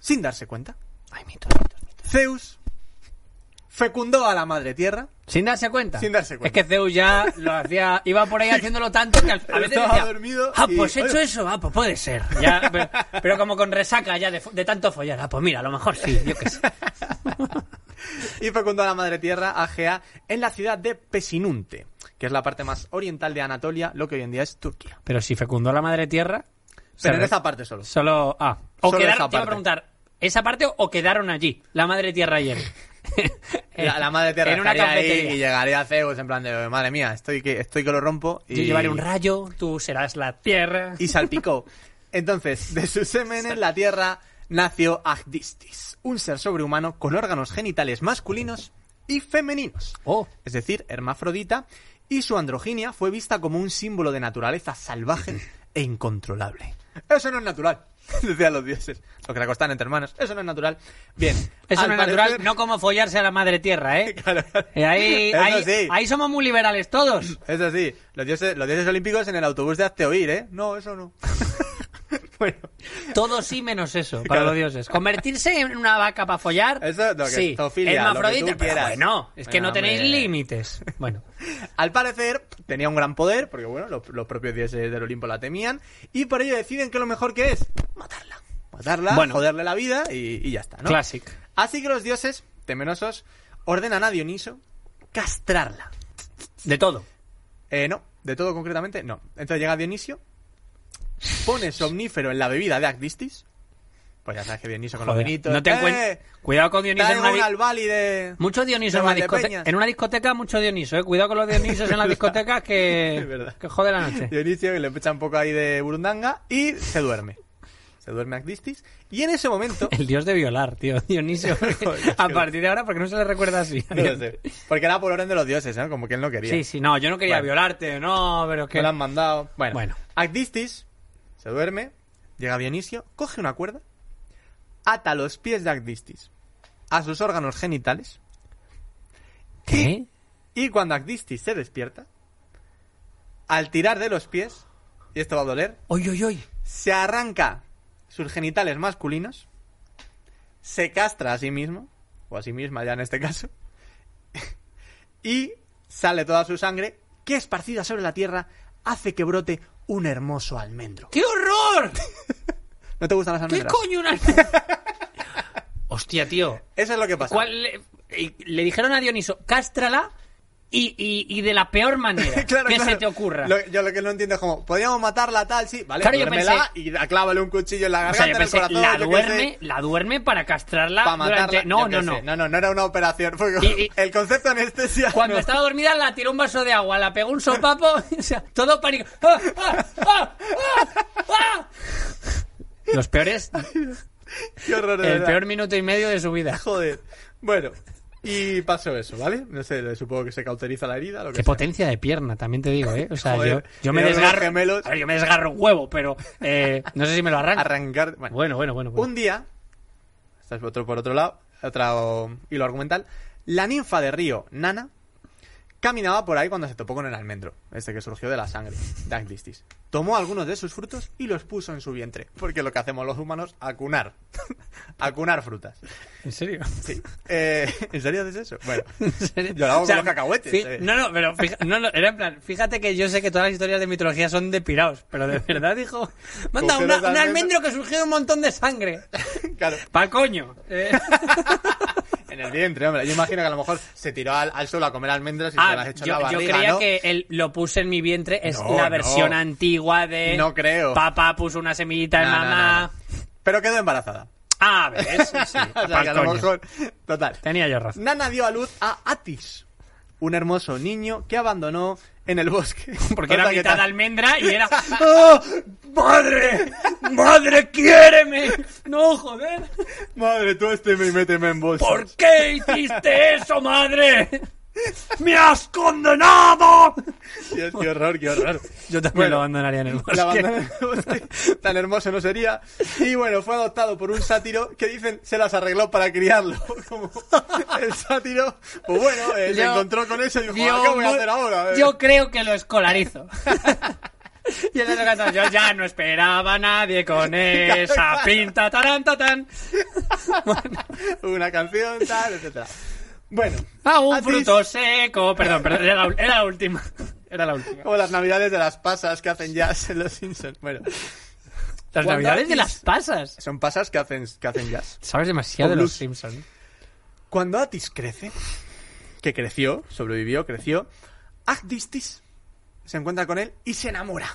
Speaker 3: sin darse cuenta, Zeus fecundó a la madre tierra.
Speaker 2: Sin darse cuenta.
Speaker 3: Sin darse cuenta.
Speaker 2: Es que Zeus ya lo hacía, iba por ahí haciéndolo tanto que al-
Speaker 3: [laughs]
Speaker 2: a veces
Speaker 3: Estaba
Speaker 2: decía,
Speaker 3: dormido
Speaker 2: ah,
Speaker 3: y-
Speaker 2: pues he hecho
Speaker 3: oye".
Speaker 2: eso, ah, pues puede ser. Ya, pero, pero como con resaca ya de, fo- de tanto follar, ah, pues mira, a lo mejor sí, yo qué sé.
Speaker 3: y fecundó a la madre tierra, Agea, en la ciudad de Pesinunte, que es la parte más oriental de Anatolia, lo que hoy en día es Turquía.
Speaker 2: [laughs] Pero si fecundó la madre tierra, se
Speaker 3: Pero en
Speaker 2: re-
Speaker 3: esa parte solo.
Speaker 2: solo, ah, o
Speaker 3: Solo
Speaker 2: quedaron,
Speaker 3: esa
Speaker 2: te iba a
Speaker 3: parte.
Speaker 2: preguntar, ¿esa parte o quedaron allí, la madre tierra ayer?
Speaker 3: [laughs] La, la madre
Speaker 2: [laughs]
Speaker 3: tierra
Speaker 2: en una
Speaker 3: estaría ahí
Speaker 2: cafetería.
Speaker 3: y llegaría a Zeus en plan de, madre mía, estoy que, estoy que lo rompo. Y...
Speaker 2: Yo llevaré un rayo, tú serás la tierra.
Speaker 3: y salpicó. Entonces, de su semen en la Tierra nació Agdistis, un ser sobrehumano con órganos genitales masculinos y femeninos,
Speaker 2: Oh.
Speaker 3: es decir, hermafrodita, y su androginia fue vista como un símbolo de naturaleza salvaje e incontrolable. Eso no es natural, [laughs] decían los dioses, lo que le acostan entre hermanos, eso no es natural. Bien,
Speaker 2: Eso
Speaker 3: al
Speaker 2: no es natural,
Speaker 3: parecer-
Speaker 2: no como follarse a la madre tierra, ¿eh?
Speaker 3: [laughs] Claro.
Speaker 2: Eh, Ahí,
Speaker 3: Eso
Speaker 2: ahí,
Speaker 3: sí.
Speaker 2: ahí somos muy liberales todos.
Speaker 3: Eso sí, los dioses, los dioses olímpicos en el autobús de hazte oír, ¿eh? No, eso no. bueno,
Speaker 2: Todo sí menos eso, para
Speaker 3: Claro.
Speaker 2: los dioses. Convertirse en una vaca para follar.
Speaker 3: Eso, lo que-
Speaker 2: sí.
Speaker 3: zoofilia, lo que
Speaker 2: Hermafrodita,
Speaker 3: tú
Speaker 2: pero
Speaker 3: quieras.
Speaker 2: bueno, es que
Speaker 3: Venga,
Speaker 2: no tenéis
Speaker 3: hombre.
Speaker 2: límites. Bueno,
Speaker 3: [laughs] Al parecer tenía un gran poder, porque bueno, los, los propios dioses del Olimpo la temían, y por ello deciden que lo mejor que es matarla. Matarla,
Speaker 2: Bueno.
Speaker 3: joderle la vida y, y ya está, ¿no?
Speaker 2: classic.
Speaker 3: Así que los dioses, temerosos, ordenan a Dioniso castrarla.
Speaker 2: De todo.
Speaker 3: Eh, no, de todo concretamente, no. Entonces llega Dionisio,
Speaker 2: [laughs]
Speaker 3: pone somnífero en la bebida de Actistis. Pues ya sabes que Dioniso con
Speaker 2: Joder,
Speaker 3: los vinitos... "Eh,
Speaker 2: no te encuent- Cuidado con Dioniso en una di-
Speaker 3: al Bali de...
Speaker 2: Mucho Dioniso
Speaker 3: de
Speaker 2: en una discoteca.
Speaker 3: Valdepeñas.
Speaker 2: En una discoteca, mucho Dioniso, eh. Cuidado con los Dionisos
Speaker 3: [laughs]
Speaker 2: en las discotecas
Speaker 3: Es
Speaker 2: que,
Speaker 3: verdad.
Speaker 2: que jode la noche.
Speaker 3: Dionisio, que le echa un poco ahí de burundanga y se duerme. Se duerme Actistis. Y en ese momento.
Speaker 2: El dios de violar, tío. [laughs] Dionisio. A partir de ahora, porque no se le recuerda
Speaker 3: [laughs]
Speaker 2: así.
Speaker 3: [laughs] No lo sé. Porque era por orden de los dioses, ¿no? Como que él no quería.
Speaker 2: Sí, sí, no, yo no quería
Speaker 3: Bueno.
Speaker 2: violarte, no, pero
Speaker 3: Me
Speaker 2: que.
Speaker 3: lo han mandado. Bueno,
Speaker 2: Bueno.
Speaker 3: Actistis se duerme, llega Dionisio, coge una cuerda, ata los pies de Actistis a sus órganos genitales.
Speaker 2: ¿Qué?
Speaker 3: Y cuando Actistis se despierta, al tirar de los pies, y esto va a doler,
Speaker 2: Oy, oy, oy.
Speaker 3: se arranca sus genitales masculinos, se castra a sí mismo, o a sí misma ya en este caso, [laughs] y sale toda su sangre, que esparcida sobre la tierra hace que brote un hermoso almendro.
Speaker 2: ¡Qué horror!
Speaker 3: [laughs] ¿No te gustan las
Speaker 2: ¿Qué
Speaker 3: almendras?
Speaker 2: coño
Speaker 3: [laughs]
Speaker 2: una Hostia, tío.
Speaker 3: Eso es lo que pasa.
Speaker 2: ¿Cuál le, y- le dijeron a Dioniso, cástrala y, y- y de la peor manera
Speaker 3: [laughs] [laughs] Claro,
Speaker 2: que
Speaker 3: claro.
Speaker 2: se te ocurra.
Speaker 3: Lo- yo lo que no entiendo es como, podríamos matarla tal, sí, vale,
Speaker 2: Claro, yo
Speaker 3: duérmela y da- clávale un cuchillo en la
Speaker 2: o
Speaker 3: garganta,
Speaker 2: sea, yo
Speaker 3: en el
Speaker 2: pensé,
Speaker 3: corazón,
Speaker 2: la
Speaker 3: yo qué
Speaker 2: duerme,
Speaker 3: sé,
Speaker 2: la duerme para castrarla
Speaker 3: para matarla.
Speaker 2: Ah, durante... No,
Speaker 3: yo qué
Speaker 2: no,
Speaker 3: sé.
Speaker 2: no,
Speaker 3: no, no, no era una operación. porque
Speaker 2: Y- y-
Speaker 3: el concepto de anestesia.
Speaker 2: [laughs] Cuando
Speaker 3: no.
Speaker 2: estaba dormida la tiró un vaso de agua, la pegó un sopapo, [laughs] o sea, todo pánico. [laughs] ¡Ah, ah, ah, ah, ah! Los peores,
Speaker 3: Qué horror, de
Speaker 2: el
Speaker 3: verdad.
Speaker 2: peor minuto y medio de su vida.
Speaker 3: Joder. Bueno, y pasó eso, ¿vale? No sé, supongo que se cauteriza la herida, lo que
Speaker 2: Qué
Speaker 3: sea.
Speaker 2: potencia de pierna, también te digo, ¿eh? O sea,
Speaker 3: Joder,
Speaker 2: yo, yo me
Speaker 3: mira, unos
Speaker 2: desgarro.
Speaker 3: gemelos.
Speaker 2: A ver, yo me desgarro un huevo, pero eh, no sé si me lo arranca.
Speaker 3: Arrancar. Bueno,
Speaker 2: Bueno, bueno, bueno. bueno.
Speaker 3: un día, este es otro por otro lado, otro hilo argumental. La ninfa de río, Nana, caminaba por ahí cuando se topó con el almendro, este que surgió de la sangre, de Actistis. Tomó algunos de sus frutos y los puso en su vientre, porque lo que hacemos los humanos, acunar. [laughs] acunar frutas.
Speaker 2: ¿En serio? [laughs]
Speaker 3: Sí. [laughs] Eh, ¿En serio haces eso? Bueno,
Speaker 2: ¿En serio?
Speaker 3: yo lo hago con los cacahuetes.
Speaker 2: fi-
Speaker 3: eh.
Speaker 2: No, no, pero fija- no, no, era en plan, fíjate que yo sé que todas las historias de mitología son de piraos, pero de verdad dijo, manda
Speaker 3: Coger
Speaker 2: una-
Speaker 3: los
Speaker 2: un almendro
Speaker 3: almendros.
Speaker 2: que surgió de un montón de sangre.
Speaker 3: [laughs] Claro.
Speaker 2: Pa'l coño. [laughs] Eh,
Speaker 3: En el vientre, hombre. Yo imagino que a lo mejor se tiró al, al suelo a comer almendras y se las
Speaker 2: ah,
Speaker 3: echó
Speaker 2: yo,
Speaker 3: en la
Speaker 2: yo
Speaker 3: barriga,
Speaker 2: creía
Speaker 3: ¿no?
Speaker 2: que el, lo puse en mi vientre, es
Speaker 3: No,
Speaker 2: la
Speaker 3: no.
Speaker 2: versión antigua de...
Speaker 3: No creo.
Speaker 2: Papá puso una semillita en
Speaker 3: No, no,
Speaker 2: mamá.
Speaker 3: no, no. Pero quedó embarazada.
Speaker 2: Ah, ves, sí,
Speaker 3: [laughs] O sea,
Speaker 2: pa'l
Speaker 3: que a lo
Speaker 2: coño.
Speaker 3: mejor... Total.
Speaker 2: Tenía yo razón.
Speaker 3: Nana dio a luz a Atis, un hermoso niño que abandonó en el bosque.
Speaker 2: [laughs] Porque
Speaker 3: O
Speaker 2: era
Speaker 3: sea, que
Speaker 2: mitad
Speaker 3: tal-
Speaker 2: almendra y
Speaker 3: [laughs]
Speaker 2: era. ¡Ah! ¡Madre! ¡Madre, quiéreme! ¡No, joder!
Speaker 3: Madre, tú este me méteme en
Speaker 2: [laughs]
Speaker 3: bolsas.
Speaker 2: ¿Por qué hiciste eso, madre? ¡Me has condenado!
Speaker 3: Dios, qué horror, qué horror.
Speaker 2: Yo también
Speaker 3: Bueno,
Speaker 2: lo abandonaría en el bosque.
Speaker 3: La bandana del bosque, tan hermoso no sería. Y bueno, fue adoptado por un sátiro que dicen se las arregló para criarlo. [laughs] Como el sátiro, pues bueno, eh, se
Speaker 2: Yo-
Speaker 3: encontró con eso y dijo,
Speaker 2: yo
Speaker 3: "Ah, ¿qué voy a
Speaker 2: mu-
Speaker 3: hacer ahora? eh?".
Speaker 2: Yo creo que lo
Speaker 3: [laughs]
Speaker 2: escolarizo. y en ese caso, yo ya no esperaba a nadie
Speaker 3: [laughs]
Speaker 2: con esa pinta tarán, tatán.
Speaker 3: Una canción, tal, etcétera. Bueno,
Speaker 2: Ah, un
Speaker 3: a ti-
Speaker 2: fruto seco. Perdón, perdón, era la, era la última. [laughs] Era la última.
Speaker 3: Como las navidades de las pasas que hacen jazz en los Simpsons. Bueno,
Speaker 2: Las
Speaker 3: Cuando
Speaker 2: navidades de
Speaker 3: Atis-
Speaker 2: las pasas.
Speaker 3: son pasas que hacen, que hacen jazz.
Speaker 2: Sabes demasiado de
Speaker 3: O
Speaker 2: los
Speaker 3: blues.
Speaker 2: Simpsons.
Speaker 3: Cuando Atis crece, que creció, sobrevivió, creció, Agdistis se encuentra con él y se enamora.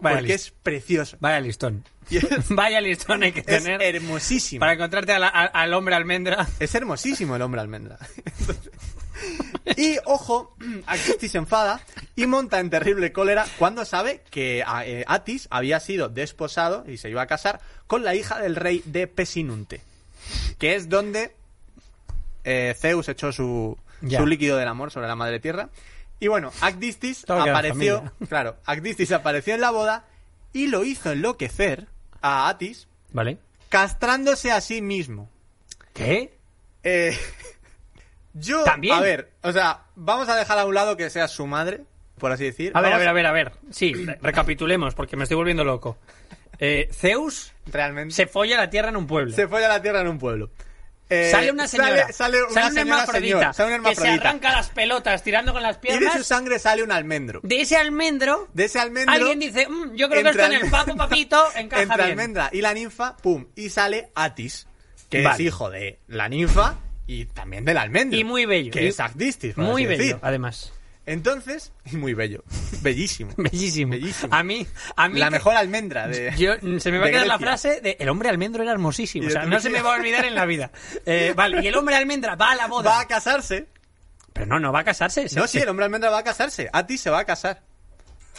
Speaker 2: Vaya,
Speaker 3: porque
Speaker 2: lis-
Speaker 3: es precioso.
Speaker 2: vaya listón.
Speaker 3: Y es,
Speaker 2: [laughs] Vaya listón hay que
Speaker 3: es
Speaker 2: tener
Speaker 3: hermosísimo.
Speaker 2: para encontrarte a la- a- al hombre almendra.
Speaker 3: Es hermosísimo el hombre almendra. [laughs] Entonces- y ojo, [clears throat] Atis se enfada y monta en terrible cólera cuando sabe que a- eh, Atis había sido desposado y se iba a casar con la hija del rey de Pesinunte, que es donde eh, Zeus echó su,
Speaker 2: Ya.
Speaker 3: su líquido del amor sobre la madre tierra. Y bueno, Actistis
Speaker 2: Todo queda en
Speaker 3: apareció,
Speaker 2: familia. [laughs]
Speaker 3: claro, Actistis apareció en la boda y lo hizo enloquecer a Atis
Speaker 2: ¿Vale?
Speaker 3: castrándose a sí mismo.
Speaker 2: ¿Qué?
Speaker 3: Eh, [laughs] yo,
Speaker 2: ¿También?
Speaker 3: a ver, o sea, vamos a dejar a un lado que sea su madre, por así decir.
Speaker 2: A ver, a
Speaker 3: Vamos-
Speaker 2: ver, a ver, a ver. Sí, re- recapitulemos porque me estoy volviendo loco. Eh, Zeus
Speaker 3: Realmente.
Speaker 2: se folla la tierra en un pueblo.
Speaker 3: se fue a la tierra en un pueblo. Eh,
Speaker 2: sale una señora.
Speaker 3: Sale, sale una
Speaker 2: un
Speaker 3: señora
Speaker 2: hermafrodita que
Speaker 3: señor, sale un
Speaker 2: se
Speaker 3: hermafrodita.
Speaker 2: arranca las pelotas tirando con las
Speaker 3: y de su
Speaker 2: piernas.
Speaker 3: sangre sale un almendro.
Speaker 2: De ese almendro,
Speaker 3: De ese almendro.
Speaker 2: alguien dice, "Mm, yo creo que esto en el
Speaker 3: almendra-
Speaker 2: papo
Speaker 3: [laughs]
Speaker 2: papito encaja
Speaker 3: entre
Speaker 2: bien.
Speaker 3: almendra y la ninfa, pum, y sale Atis, que es
Speaker 2: Vale.
Speaker 3: hijo de la ninfa y también del almendro.
Speaker 2: Y muy bello.
Speaker 3: Que
Speaker 2: Y-
Speaker 3: es Actistis, por
Speaker 2: Muy
Speaker 3: así
Speaker 2: bello,
Speaker 3: decir.
Speaker 2: además. [laughs]
Speaker 3: Entonces, [laughs] y muy bello. Bellísimo.
Speaker 2: Bellísimo.
Speaker 3: Bellísimo.
Speaker 2: A mí, a mí
Speaker 3: la
Speaker 2: que-
Speaker 3: mejor almendra de.
Speaker 2: Yo, mm, se me va a
Speaker 3: de
Speaker 2: quedar la
Speaker 3: Grecia.
Speaker 2: frase de el hombre almendro era hermosísimo.
Speaker 3: Y
Speaker 2: O sea,
Speaker 3: de-
Speaker 2: no se me va a olvidar en la
Speaker 3: [laughs]
Speaker 2: vida. Eh, vale, y el hombre almendra va a la boda.
Speaker 3: Va a casarse.
Speaker 2: Pero no, no va a casarse. se-
Speaker 3: No, sí,
Speaker 2: se-
Speaker 3: el hombre almendra va a casarse. Atis se va a casar.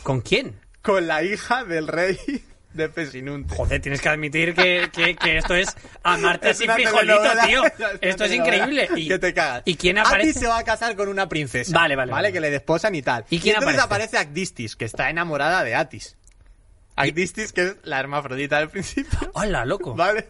Speaker 2: ¿Con quién?
Speaker 3: Con la hija del rey de Pesinunte.
Speaker 2: Joder, tienes que admitir que, que- que esto este es amarte
Speaker 3: [laughs] Es
Speaker 2: así
Speaker 3: una
Speaker 2: frijolito,
Speaker 3: telenovela.
Speaker 2: tío.
Speaker 3: [laughs] Es una
Speaker 2: Esto es
Speaker 3: telenovela
Speaker 2: increíble. Y,
Speaker 3: que te cagas. Ah,
Speaker 2: ¿Y quién
Speaker 3: Atis
Speaker 2: aparece?
Speaker 3: se va a casar con una princesa.
Speaker 2: Vale, vale,
Speaker 3: Vale,
Speaker 2: vale.
Speaker 3: que le desposan y tal.
Speaker 2: ¿Y quién
Speaker 3: entonces
Speaker 2: aparece?
Speaker 3: aparece Agdistis, que está enamorada de Atis. Agdistis, que es la hermafrodita del principio.
Speaker 2: Hola, loco.
Speaker 3: Vale.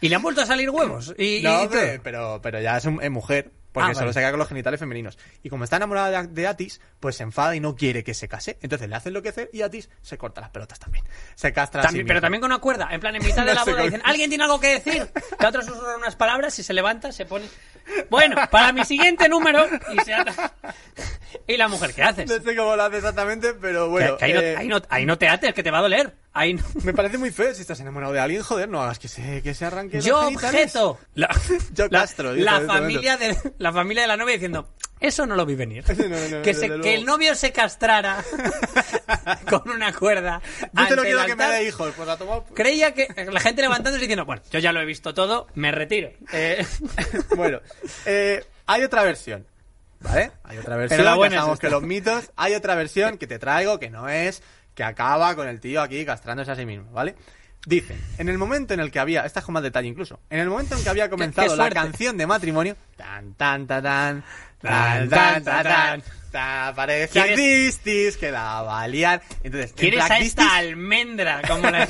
Speaker 2: Y le han vuelto a salir huevos. Y, y-
Speaker 3: No,
Speaker 2: y todo.
Speaker 3: hombre, pero, pero ya es, un- es mujer, porque
Speaker 2: Ah,
Speaker 3: solo
Speaker 2: vale.
Speaker 3: se queda con los genitales femeninos. Y como está enamorada de, de Atis, pues se enfada y no quiere que se case. Entonces le hace enloquecer y Atis se corta las pelotas también. Se castra a sí
Speaker 2: También-
Speaker 3: mismo.
Speaker 2: pero también con una cuerda. En plan, en
Speaker 3: [laughs]
Speaker 2: mitad de la
Speaker 3: No sé
Speaker 2: boda
Speaker 3: cómo-
Speaker 2: dicen, ¿alguien tiene algo que decir? La otra susurra unas palabras y se levanta, se pone... Bueno, para mi siguiente número... Y, se ata- y la mujer, ¿qué haces?
Speaker 3: [laughs] No sé cómo lo hace exactamente, pero
Speaker 2: Que-
Speaker 3: bueno.
Speaker 2: que ahí, no,
Speaker 3: eh,
Speaker 2: ahí no- ahí no te ates, que te va a doler. Ahí no-
Speaker 3: Me parece muy feo si estás enamorado de alguien, joder, no hagas que se, que se arranque. los
Speaker 2: Yo
Speaker 3: genitales.
Speaker 2: objeto. La,
Speaker 3: Yo
Speaker 2: la-
Speaker 3: castro, dice
Speaker 2: la
Speaker 3: en este
Speaker 2: familia de, la familia de la novia diciendo, eso no lo vi venir.
Speaker 3: No, no, no,
Speaker 2: que,
Speaker 3: desde
Speaker 2: se-
Speaker 3: luego.
Speaker 2: que el novio se
Speaker 3: [laughs]
Speaker 2: castrara con una cuerda.
Speaker 3: Yo
Speaker 2: ante
Speaker 3: te lo
Speaker 2: el
Speaker 3: quiero que me
Speaker 2: altar.
Speaker 3: dé hijos, pues la tomo.
Speaker 2: Creía que la gente levantándose y diciendo, bueno, yo ya lo he visto todo, me retiro. Eh, [laughs]
Speaker 3: Bueno, eh, hay otra versión. ¿Vale? Hay otra versión.
Speaker 2: la
Speaker 3: ya
Speaker 2: buena es
Speaker 3: sabemos
Speaker 2: esta.
Speaker 3: que los mitos. Hay otra versión que te traigo que no es que acaba con el tío aquí castrándose a sí mismo, ¿vale? Dicen, en el momento en el que había, esta es con más detalle incluso, en el momento en que había comenzado la
Speaker 2: suerte.
Speaker 3: canción de matrimonio, tan tan tan tan
Speaker 2: Tan,
Speaker 3: tan
Speaker 2: tan,
Speaker 3: tan tan,
Speaker 2: tan,
Speaker 3: tan, aparece
Speaker 2: ¿Quieres-
Speaker 3: Agdistis que la va a liar. Entonces,
Speaker 2: ¿Quieres
Speaker 3: entra
Speaker 2: a esta
Speaker 3: Agdistis-
Speaker 2: almendra? Como [laughs] la...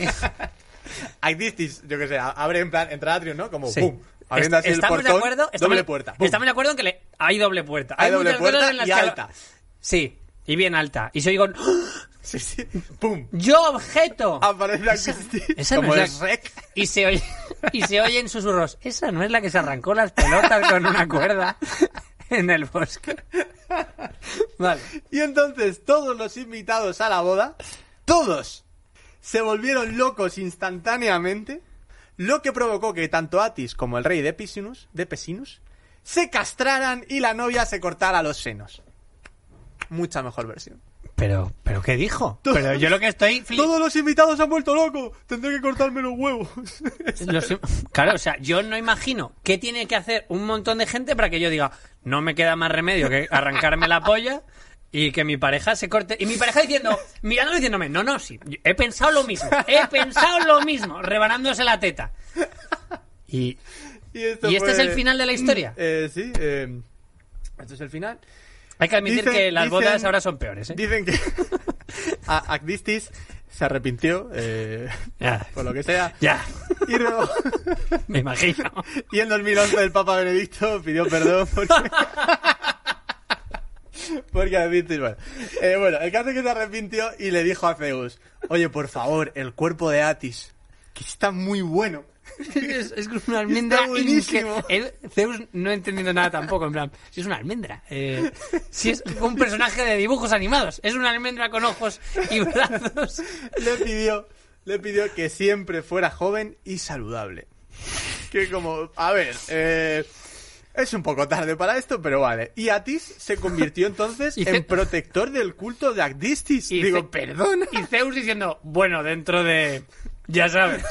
Speaker 3: Agdistis, yo que sé, abre en plan, entra atrio, ¿no? Como
Speaker 2: Sí.
Speaker 3: pum, abriendo Oh, así el
Speaker 2: Estamos
Speaker 3: portón,
Speaker 2: de acuerdo, estamos,
Speaker 3: doble puerta. pum.
Speaker 2: Estamos de acuerdo en que le- hay doble puerta.
Speaker 3: Hay doble
Speaker 2: muchas cosas
Speaker 3: puerta
Speaker 2: en las
Speaker 3: y
Speaker 2: que-
Speaker 3: alta.
Speaker 2: Sí, y bien alta. Y soy con...
Speaker 3: Sí, sí. ¡Pum!
Speaker 2: ¡Yo objeto!
Speaker 3: Aparece Agdistis.
Speaker 2: Esa
Speaker 3: como
Speaker 2: no
Speaker 3: es
Speaker 2: es la-
Speaker 3: rec.
Speaker 2: Y se, oye, [laughs] y se oyen susurros. Esa no es la que se arrancó las pelotas con una cuerda en el bosque. Vale.
Speaker 3: Y entonces todos los invitados a la boda, todos, se volvieron locos instantáneamente, lo que provocó que tanto Atis como el rey de Pisinus, de Pesinus, se castraran y la novia se cortara los senos. Mucha mejor versión.
Speaker 2: Pero, pero ¿qué dijo?
Speaker 3: Todo-
Speaker 2: Pero yo lo que estoy... fli-
Speaker 3: Todos los invitados se han vuelto locos. Tendré que cortarme los huevos. [laughs]
Speaker 2: los- claro, o sea, yo no imagino qué tiene que hacer un montón de gente para que yo diga, no me queda más remedio que arrancarme la polla y que mi pareja se corte. Y mi pareja diciendo, mirándolo y diciéndome, no, no, sí, he pensado lo mismo, he pensado lo mismo, rebanándose la teta. Y,
Speaker 3: y esto
Speaker 2: y este
Speaker 3: fue-
Speaker 2: es el final de la historia.
Speaker 3: Eh, sí. eh, Esto es el final.
Speaker 2: Hay que admitir
Speaker 3: Dicen-
Speaker 2: que las
Speaker 3: dicen-
Speaker 2: bodas ahora son peores, ¿eh?
Speaker 3: Dicen que [laughs] a- Actistis se arrepintió, eh,
Speaker 2: Ya.
Speaker 3: por lo que sea.
Speaker 2: Ya,
Speaker 3: Y, luego-
Speaker 2: me imagino.
Speaker 3: y en 2011 el Papa Benedicto pidió perdón porque... Porque Actistis, bueno. Eh, bueno, el caso es que se arrepintió y le dijo a Zeus, oye, por favor, el cuerpo de Atis, que está muy bueno.
Speaker 2: Es, es como una almendra.
Speaker 3: Está buenísimo.
Speaker 2: inque- El Zeus no ha entendido nada tampoco. En plan, si es una almendra. eh, si es un personaje de dibujos animados. Es una almendra con ojos y brazos.
Speaker 3: le pidió, le pidió que siempre fuera joven y saludable. Que como, a ver, eh, es un poco tarde para esto, pero vale. Y Atis se convirtió
Speaker 2: [laughs]
Speaker 3: entonces
Speaker 2: Y
Speaker 3: en
Speaker 2: ce-
Speaker 3: protector del culto de Agdistis.
Speaker 2: Y
Speaker 3: Digo,
Speaker 2: Ce-
Speaker 3: perdona.
Speaker 2: Y Zeus diciendo, bueno, dentro de. Ya sabes.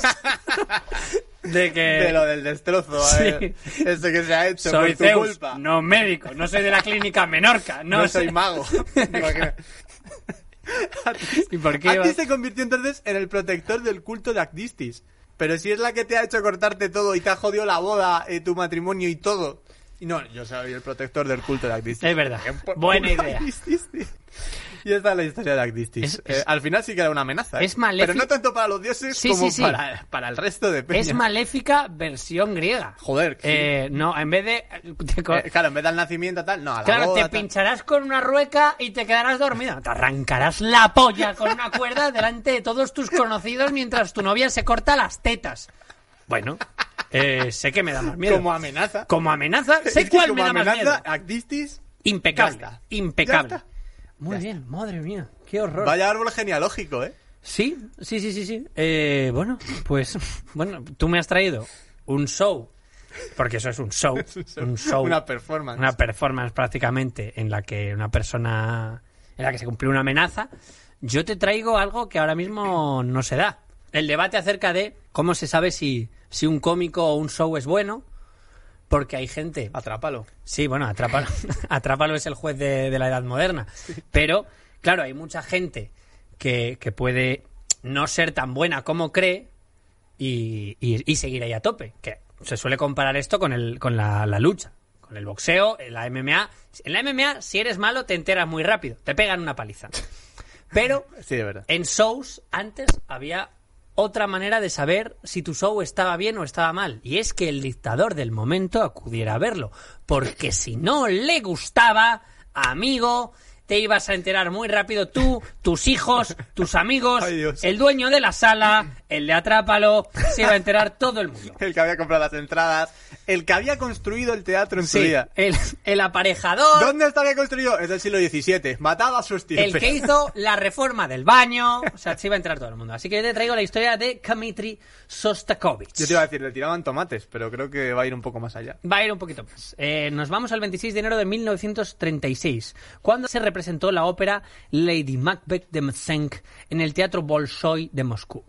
Speaker 2: De que.
Speaker 3: [laughs] De lo del destrozo, a
Speaker 2: Sí.
Speaker 3: ver, esto que se ha hecho
Speaker 2: soy
Speaker 3: por tu
Speaker 2: Zeus,
Speaker 3: culpa.
Speaker 2: no médico. No soy de la clínica Menorca. No,
Speaker 3: No soy
Speaker 2: sé- [laughs]
Speaker 3: mago. Imagina.
Speaker 2: ¿Y por qué?
Speaker 3: Atis
Speaker 2: vas-
Speaker 3: se convirtió entonces en el protector del culto de Agdistis. Pero si es la que te ha hecho cortarte todo y te ha jodido la boda, eh, tu matrimonio y todo. Y no, yo soy el protector del culto de Agdistis.
Speaker 2: Es verdad.
Speaker 3: Por-
Speaker 2: Buena
Speaker 3: por [laughs]
Speaker 2: idea.
Speaker 3: Agdistis, tío. Y esta es la historia de Agdistis.
Speaker 2: Es- es-
Speaker 3: Eh, al final sí que era una amenaza. ¿eh?
Speaker 2: es maléfica.
Speaker 3: Pero no tanto para los dioses
Speaker 2: Sí,
Speaker 3: como
Speaker 2: sí, sí.
Speaker 3: Para, para el resto de peña.
Speaker 2: Es maléfica versión griega.
Speaker 3: Joder, sí.
Speaker 2: Eh, no, en vez de. te co-
Speaker 3: Eh, claro, en vez del nacimiento tal, no, a la
Speaker 2: Claro,
Speaker 3: boda,
Speaker 2: te
Speaker 3: tal.
Speaker 2: pincharás con una rueca y te quedarás dormida. Te arrancarás la polla con una cuerda delante de todos tus conocidos mientras tu novia se corta las tetas. Bueno, eh, sé que me da más miedo.
Speaker 3: Como amenaza.
Speaker 2: Como amenaza, sé
Speaker 3: [laughs] Es que
Speaker 2: cuál
Speaker 3: como
Speaker 2: me da más
Speaker 3: amenaza,
Speaker 2: miedo.
Speaker 3: Agdistis,
Speaker 2: Impecable,
Speaker 3: Ya está.
Speaker 2: impecable.
Speaker 3: Ya está.
Speaker 2: Muy
Speaker 3: Ya
Speaker 2: bien, madre mía, qué horror.
Speaker 3: vaya árbol genealógico, ¿eh?
Speaker 2: Sí, sí, sí, sí, sí. Eh, bueno, pues, bueno, tú me has traído un show, porque eso [laughs] es un show, un show,
Speaker 3: Una performance.
Speaker 2: una performance prácticamente en la que una persona, en la que se cumplió una amenaza. Yo te traigo algo que ahora mismo no se da. El debate acerca de cómo se sabe si, si un cómico o un show es bueno, porque hay gente
Speaker 3: Atrápalo.
Speaker 2: Sí, bueno, Atrápalo, [laughs] Atrápalo es el juez de, de la edad moderna. Pero, claro, hay mucha gente que, que puede no ser tan buena como cree y, y- y seguir ahí a tope. Que se suele comparar esto con, el, con la, la lucha, con el boxeo, en la MMA. En la MMA, si eres malo, te enteras muy rápido, te pegan una paliza. Pero
Speaker 3: Sí, de verdad.
Speaker 2: en shows antes había otra manera de saber si tu show estaba bien o estaba mal, y es que el dictador del momento acudiera a verlo, porque si no le gustaba, amigo, te ibas a enterar muy rápido tú, tus hijos, tus amigos,
Speaker 3: Ay, Dios.
Speaker 2: el dueño de la sala, el de Atrápalo, se iba a enterar todo el
Speaker 3: [laughs]
Speaker 2: mundo.
Speaker 3: El que había comprado las entradas, el que había construido el teatro en su
Speaker 2: Sí,
Speaker 3: día.
Speaker 2: el, el aparejador,
Speaker 3: ¿Dónde está el que construyó? Es del siglo XVII. Mataba a su estirpe.
Speaker 2: El que hizo la reforma del baño, o sea, se iba a entrar todo el mundo. Así que te traigo la historia de Kmitri Sostakovich.
Speaker 3: [laughs] Yo te iba a decir, le tiraban tomates, pero creo que va a ir un poco más allá.
Speaker 2: Va a ir un poquito más. Eh, nos vamos al 26 de enero de 1936, cuando se representó la ópera Lady Macbeth de Mzensk en el Teatro Bolshoi de Moscú.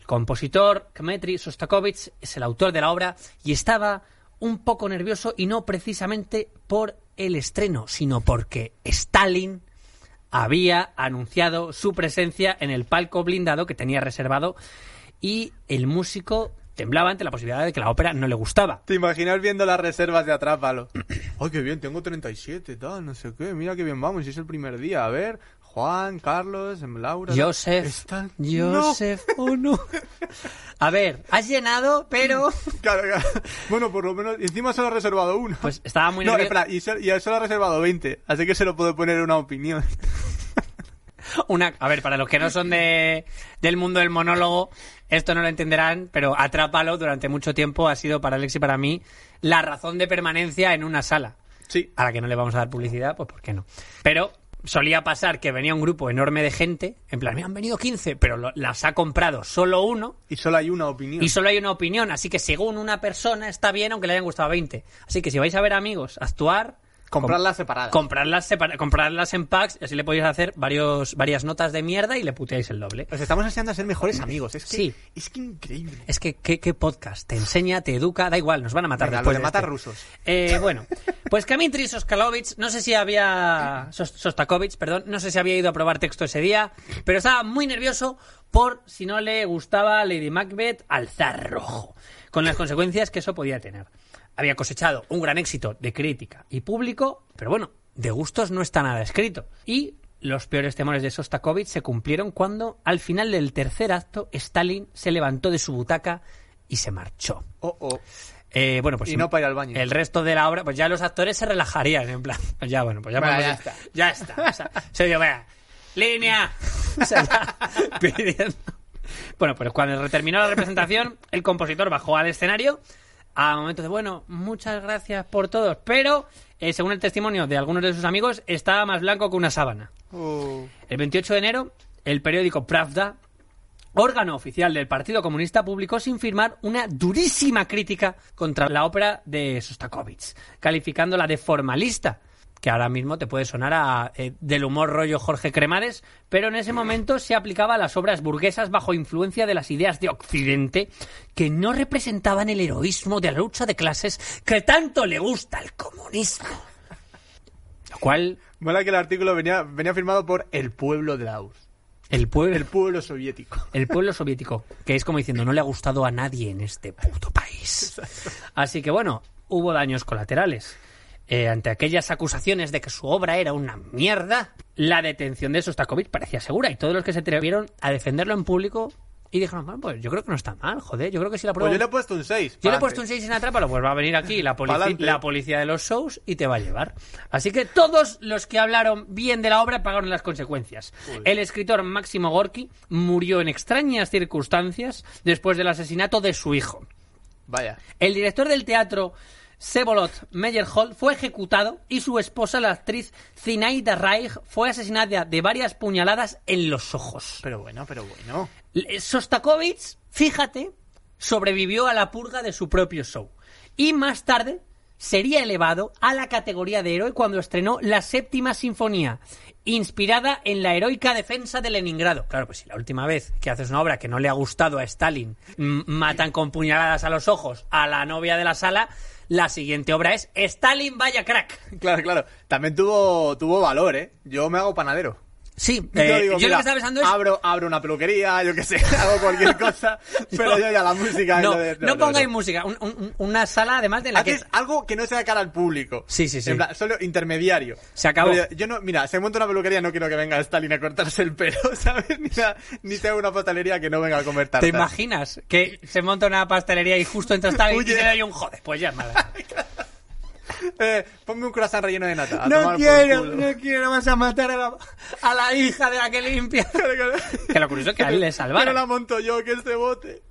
Speaker 2: El compositor Kmetri Sostakovich es el autor de la obra y estaba un poco nervioso y no precisamente por el estreno, sino porque Stalin había anunciado su presencia en el palco blindado que tenía reservado y el músico temblaba ante la posibilidad de que la ópera no le gustaba.
Speaker 3: ¿Te imaginas viendo las reservas de Atrápalo?
Speaker 2: [clears throat]
Speaker 3: Ay, qué bien, tengo 37, tal, no sé qué. Mira qué bien vamos, y es el primer día. A ver, Juan, Carlos, em, Laura...
Speaker 2: Joseph.
Speaker 3: Están-
Speaker 2: Joseph, oh no. A ver, has llenado,
Speaker 3: [laughs]
Speaker 2: pero.
Speaker 3: No. [laughs] Claro, claro. Bueno, por lo menos, encima solo ha reservado uno.
Speaker 2: Pues estaba muy
Speaker 3: no,
Speaker 2: nervioso.
Speaker 3: espera, y, sol- y solo ha reservado 20, así que se lo puedo poner una opinión.
Speaker 2: Una... A ver, para los que no son de... del mundo del monólogo, esto no lo entenderán, pero Atrápalo durante mucho tiempo ha sido para Alex y para mí la razón de permanencia en una sala.
Speaker 3: Sí.
Speaker 2: a la que no le vamos a dar publicidad, pues ¿por qué no? Pero solía pasar que venía un grupo enorme de gente, en plan, me han venido 15, pero lo- las ha comprado solo uno
Speaker 3: Y solo hay una opinión.
Speaker 2: y solo hay una opinión, así que según una persona está bien aunque le hayan gustado 20. Así que si vais a ver amigos actuar...
Speaker 3: Comprarlas separadas.
Speaker 2: Comprarlas, separa- comprarlas en packs y así le podéis hacer varios, varias notas de mierda y le puteáis el doble.
Speaker 3: Nos estamos enseñando a ser mejores amigos. Es que,
Speaker 2: Sí.
Speaker 3: es que increíble.
Speaker 2: Es que, ¿qué, qué podcast? Te enseña, te educa, da igual, nos van a matar
Speaker 3: Venga,
Speaker 2: después.
Speaker 3: lo
Speaker 2: de
Speaker 3: de matar
Speaker 2: este.
Speaker 3: rusos.
Speaker 2: Eh, bueno, pues Kamitri Soskalovich, no sé si había. Sos- Sostakovich, perdón, no sé si había ido a probar texto ese día, pero estaba muy nervioso por si no le gustaba Lady Macbeth al zar rojo. con las consecuencias que eso podía tener. Había cosechado un gran éxito de crítica y público, pero bueno, de gustos no está nada escrito. Y los peores temores de Sostakovich se cumplieron cuando, al final del tercer acto, Stalin se levantó de su butaca y se marchó.
Speaker 3: Oh, oh.
Speaker 2: Eh, bueno, pues
Speaker 3: Y no para ir al baño.
Speaker 2: El resto de la obra, pues ya los actores se relajarían, en plan. [laughs] pues ya, bueno, pues ya
Speaker 3: Bueno,
Speaker 2: podemos-
Speaker 3: ya está.
Speaker 2: Ya está. o
Speaker 3: [laughs]
Speaker 2: sea, se dio, vea, ¡Línea! O sea, ya [laughs] pidiendo. Bueno, pues cuando terminó la representación, el compositor bajó al escenario a momento de, bueno, muchas gracias por todos, pero eh, según el testimonio de algunos de sus amigos, estaba más blanco que una sábana.
Speaker 3: Uh.
Speaker 2: El 28 de enero, el periódico Pravda, órgano oficial del Partido Comunista, publicó sin firmar una durísima crítica contra la ópera de Sostakovich, calificándola de formalista, que ahora mismo te puede sonar a eh, del humor rollo Jorge Cremades, pero en ese momento se aplicaba a las obras burguesas bajo influencia de las ideas de Occidente, que no representaban el heroísmo de la lucha de clases que tanto le gusta al comunismo. Lo cual,
Speaker 3: Mola que el artículo venía, venía firmado por el pueblo de la URSS.
Speaker 2: el pueblo...
Speaker 3: El
Speaker 2: [laughs]
Speaker 3: pueblo soviético.
Speaker 2: El pueblo soviético, que es como diciendo, no le ha gustado a nadie en este puto país. Así que bueno, hubo daños colaterales. Eh, ante aquellas acusaciones de que su obra era una mierda, la detención de Sostakovich parecía segura y todos los que se atrevieron a defenderlo en público y dijeron, bueno, pues yo creo que no está mal, joder, yo creo que si la prueba...
Speaker 3: Pues yo le he puesto un 6.
Speaker 2: Yo le he puesto un 6 en Atrápalo, pues va a venir aquí la, polici-
Speaker 3: Pa'lante.
Speaker 2: la policía de los shows y te va a llevar. Así que todos los que hablaron bien de la obra pagaron las consecuencias. El escritor Máximo Gorki murió en extrañas circunstancias después del asesinato de su hijo.
Speaker 3: Vaya.
Speaker 2: El director del teatro Sebolot Meyerhold fue ejecutado y su esposa, la actriz Zinaida Reich, fue asesinada de varias puñaladas en los ojos.
Speaker 3: Pero bueno, pero bueno.
Speaker 2: Sostakovich, fíjate, sobrevivió a la purga de su propio show. Y más tarde sería elevado a la categoría de héroe cuando estrenó la séptima sinfonía, inspirada en la heroica defensa de Leningrado. Claro, pues si la última vez que haces una obra que no le ha gustado a Stalin, m- matan con puñaladas a los ojos a la novia de la sala, la siguiente obra es Stalin vaya crack.
Speaker 3: Claro, claro. También tuvo, tuvo valor, ¿eh? Yo me hago panadero.
Speaker 2: Sí, eh, yo lo
Speaker 3: digo, mira,
Speaker 2: que estaba pensando es... [laughs]
Speaker 3: Abro, abro una peluquería, yo qué sé, [laughs] hago cualquier cosa. pero yo ya la música...
Speaker 2: No,
Speaker 3: entonces,
Speaker 2: no pongáis música. Un- un- una sala, además, de la que...
Speaker 3: Haces algo que no sea de cara al público.
Speaker 2: Sí, sí, sí.
Speaker 3: En plan, solo intermediario.
Speaker 2: Se acabó.
Speaker 3: Pero yo no, mira, se monta una peluquería, no quiero que venga Stalin a cortarse el pelo, [laughs] ¿sabes? Ni, sea- ni sea una pastelería que no venga a comer
Speaker 2: ¿Te
Speaker 3: tartas.
Speaker 2: imaginas que se monta una pastelería y justo entra Stalin y
Speaker 3: Huye.
Speaker 2: le doy un joder? Pues ya, mala.
Speaker 3: Eh, ponme un croissant relleno de nata. [laughs] a tomar
Speaker 2: No
Speaker 3: por
Speaker 2: quiero,
Speaker 3: culo.
Speaker 2: no quiero, vas a matar a la, a la hija de la que
Speaker 3: [laughs]
Speaker 2: limpia. Que lo curioso es [laughs] que a él le
Speaker 3: Pero la
Speaker 2: salvaron.
Speaker 3: monto yo, que este bote.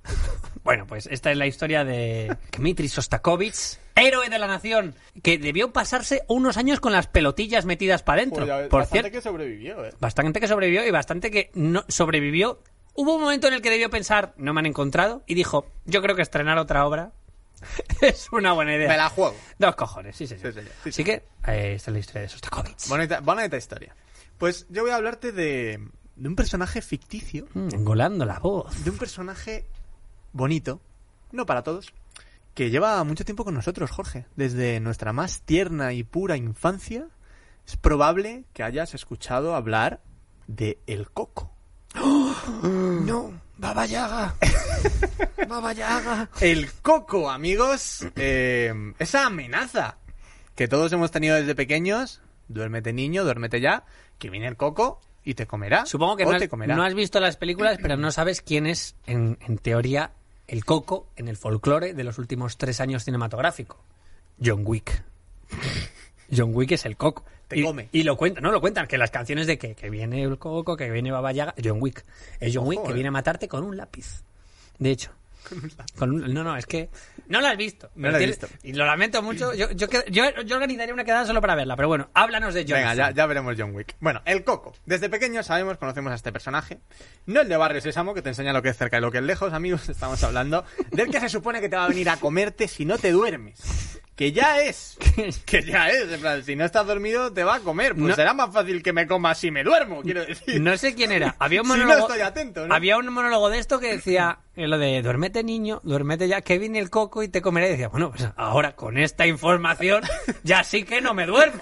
Speaker 2: Bueno, pues esta es la historia de Dmitri Sostakovich, héroe de la nación, que debió pasarse unos años con las pelotillas metidas para adentro.
Speaker 3: Pues ya ves,
Speaker 2: Por
Speaker 3: bastante
Speaker 2: cierto,
Speaker 3: que sobrevivió, ¿eh?
Speaker 2: bastante que sobrevivió y bastante que no sobrevivió. Hubo un momento en el que debió pensar, no me han encontrado, y dijo, yo creo que estrenar otra obra [laughs] es una buena idea.
Speaker 3: Me la juego.
Speaker 2: Dos cojones, sí señor.
Speaker 3: Sí, señor. Sí,
Speaker 2: Así que eh, esta es la historia de Sostakovich.
Speaker 3: Bonita, bonita historia. Pues yo voy a hablarte de, de un personaje ficticio,
Speaker 2: Mm, engolando la voz.
Speaker 3: de un personaje bonito, no para todos, que lleva mucho tiempo con nosotros, Jorge. Desde nuestra más tierna y pura infancia, es probable que hayas escuchado hablar de El Coco.
Speaker 2: [gasps] No, Baba
Speaker 3: [laughs]
Speaker 2: Yaga. Baba Yaga.
Speaker 3: El coco, amigos. Eh, esa amenaza que todos hemos tenido desde pequeños. Duérmete, niño, duérmete ya. Que viene el coco y te comerá.
Speaker 2: Supongo que
Speaker 3: o
Speaker 2: no
Speaker 3: te
Speaker 2: has,
Speaker 3: comerá.
Speaker 2: no has visto las películas, pero no sabes quién es, en, en teoría, el coco en el folclore de los últimos tres años cinematográfico. John Wick. [laughs] John Wick es el coco.
Speaker 3: Te
Speaker 2: y,
Speaker 3: come.
Speaker 2: Y lo cuentan, no lo cuentan, que las canciones de que, que viene el coco, que viene Baba Yaga. John Wick. Es John Wick que
Speaker 3: eh.
Speaker 2: viene a matarte con un lápiz. De
Speaker 3: [laughs]
Speaker 2: hecho. Con un- no, no, es que no la has visto.
Speaker 3: No
Speaker 2: pero
Speaker 3: la he
Speaker 2: tiene-
Speaker 3: visto.
Speaker 2: Y lo lamento mucho. Yo, yo, qued- yo- yo organizaría una quedada solo para verla, pero bueno, háblanos de John
Speaker 3: Venga, ya, ya veremos John Wick. Bueno, el coco. Desde pequeños sabemos, conocemos a este personaje. No el de Barrio Sésamo, que te enseña lo que es cerca [laughs] y lo que es lejos, amigos. Estamos hablando del que se supone que te va a venir a comerte si no te duermes. Que ya
Speaker 2: [laughs]
Speaker 3: es. Que ya es. En plan, si no estás dormido, te va a comer. Pues
Speaker 2: No.
Speaker 3: será más fácil que me coma si me duermo, quiero
Speaker 2: [laughs]
Speaker 3: decir.
Speaker 2: No sé quién era. Había un
Speaker 3: Si no
Speaker 2: monólogo,
Speaker 3: estoy atento, ¿no?
Speaker 2: Había un monólogo de esto que decía eh, lo de duérmete niño, duérmete ya, que viene el coco y te comerá. Y decía, bueno, pues ahora con esta
Speaker 3: [laughs]
Speaker 2: información ya sí que no me duermo.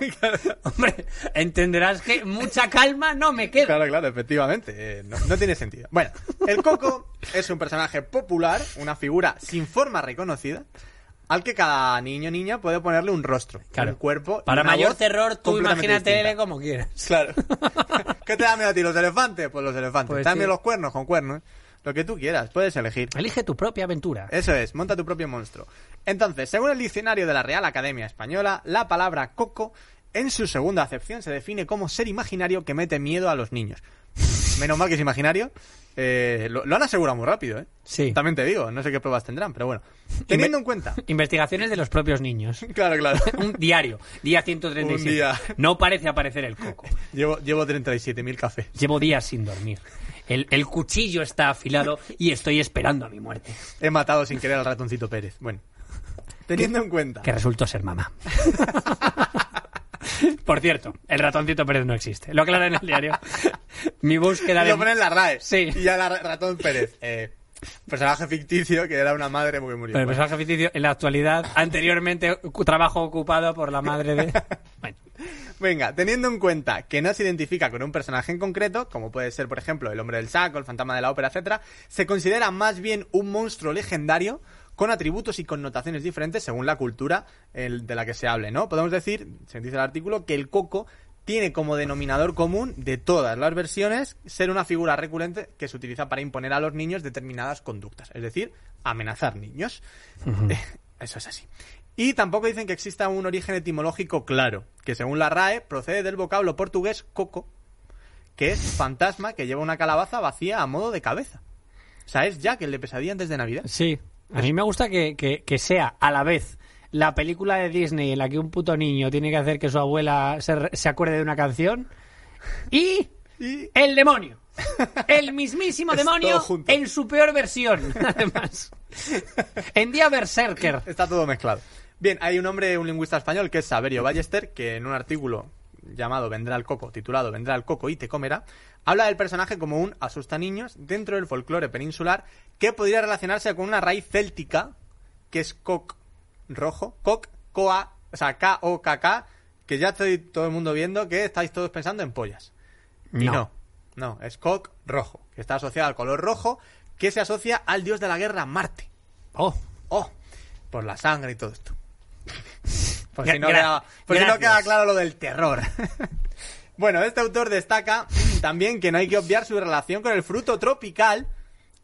Speaker 2: Hombre, entenderás que mucha calma no me queda.
Speaker 3: Claro, claro, efectivamente. eh, no, no tiene sentido. Bueno, el Coco es un personaje popular, una figura sin forma reconocida, al que cada niño o niña puede ponerle un rostro,
Speaker 2: Claro.
Speaker 3: un cuerpo. y
Speaker 2: Para
Speaker 3: una
Speaker 2: mayor
Speaker 3: voz
Speaker 2: terror, tú
Speaker 3: completamente
Speaker 2: imagínatele
Speaker 3: distinta.
Speaker 2: como quieras.
Speaker 3: Claro. [laughs] ¿Qué te da miedo a ti? ¿Los elefantes? Pues los elefantes.
Speaker 2: Pues
Speaker 3: ¿Te da
Speaker 2: sí.
Speaker 3: miedo los cuernos? Con cuernos. ¿eh? Lo que tú quieras, puedes elegir.
Speaker 2: Elige tu propia aventura.
Speaker 3: Eso es, monta tu propio monstruo. Entonces, según el diccionario de la Real Academia Española, la palabra coco, en su segunda acepción, se define como ser imaginario que mete miedo a los niños. Menos mal que es imaginario. Eh, lo, lo han asegurado muy rápido, ¿eh?
Speaker 2: Sí.
Speaker 3: También te digo, no sé qué pruebas tendrán, pero bueno. Teniendo
Speaker 2: [laughs]
Speaker 3: en cuenta.
Speaker 2: Investigaciones de los propios
Speaker 3: [laughs]
Speaker 2: niños.
Speaker 3: Claro, claro.
Speaker 2: Un diario, día 137.
Speaker 3: Un día.
Speaker 2: No parece aparecer el coco.
Speaker 3: Llevo, llevo 37.000 cafés.
Speaker 2: Llevo días sin dormir. El, el cuchillo está afilado y estoy esperando a mi muerte,
Speaker 3: He matado sin querer al ratoncito Pérez. Bueno. Teniendo en cuenta.
Speaker 2: que resultó ser mamá. [laughs] Por cierto, el ratoncito Pérez no existe. Lo aclara en el diario. Mi búsqueda
Speaker 3: Y
Speaker 2: de...
Speaker 3: lo ponen en la RAE.
Speaker 2: Sí.
Speaker 3: Y ya la ratón Pérez. eh, personaje ficticio que era una madre muy
Speaker 2: Pero
Speaker 3: murió.
Speaker 2: pues el
Speaker 3: Bueno.
Speaker 2: personaje ficticio, en la actualidad, anteriormente cu- trabajo ocupado por la madre de...
Speaker 3: [laughs]
Speaker 2: Bueno,
Speaker 3: Venga, teniendo en cuenta que no se identifica con un personaje en concreto, como puede ser, por ejemplo, el hombre del saco, el fantasma de la ópera, etcétera, se considera más bien un monstruo legendario con atributos y connotaciones diferentes según la cultura el- de la que se hable, ¿no? Podemos decir, se dice el artículo, que el coco tiene como denominador común de todas las versiones ser una figura recurrente que se utiliza para imponer a los niños determinadas conductas, es decir, amenazar niños. [laughs] Eso es así. Y tampoco dicen que exista un origen etimológico claro, que según la RAE procede del vocablo portugués coco, que es fantasma que lleva una calabaza vacía a modo de cabeza. O sea, es Jack el de pesadilla antes de Navidad.
Speaker 2: sí. A mí me gusta que, que- que sea a la vez la película de Disney en la que un puto niño tiene que hacer que su abuela se, re- se acuerde de una canción y
Speaker 3: Y
Speaker 2: El demonio. El mismísimo
Speaker 3: [laughs] Es
Speaker 2: demonio
Speaker 3: todo junto.
Speaker 2: en su peor
Speaker 3: [laughs]
Speaker 2: versión, además. En día Berserker.
Speaker 3: está todo mezclado. Bien, hay un hombre, un lingüista español, que es Saberio Ballester, que en un artículo llamado Vendrá el coco, titulado Vendrá el coco y te comerá, habla del personaje como un asustaniños dentro del folclore peninsular que podría relacionarse con una raíz céltica, que es coc rojo, coc, coa, o sea, K-O-K-K, que ya estoy todo el mundo viendo que estáis todos pensando en pollas. Y
Speaker 2: No.
Speaker 3: no, no, es coc rojo, que está asociado al color rojo, que se asocia al dios de la guerra Marte.
Speaker 2: Oh,
Speaker 3: Oh, por la sangre y
Speaker 2: [laughs]
Speaker 3: todo esto. Por
Speaker 2: Gra-
Speaker 3: si no,
Speaker 2: gra-
Speaker 3: queda, por si no
Speaker 2: gracias.
Speaker 3: queda claro lo del terror. [laughs] bueno, este autor destaca [clears throat] también que no hay que obviar su relación con el fruto tropical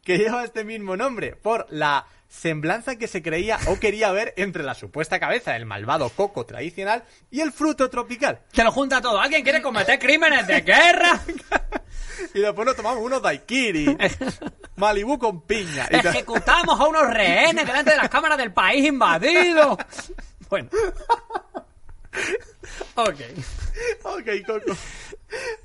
Speaker 3: que lleva este mismo nombre, por la semblanza que se creía o quería ver entre la supuesta cabeza del malvado coco tradicional y el fruto tropical.
Speaker 2: te lo junta todo. ¿Alguien quiere cometer crímenes de guerra?
Speaker 3: Y después nos tomamos unos daiquiri, Malibu con piña. y tal.
Speaker 2: Ejecutamos a unos rehenes delante de las cámaras del país invadido. Bueno. Ok.
Speaker 3: [laughs] Ok, Coco.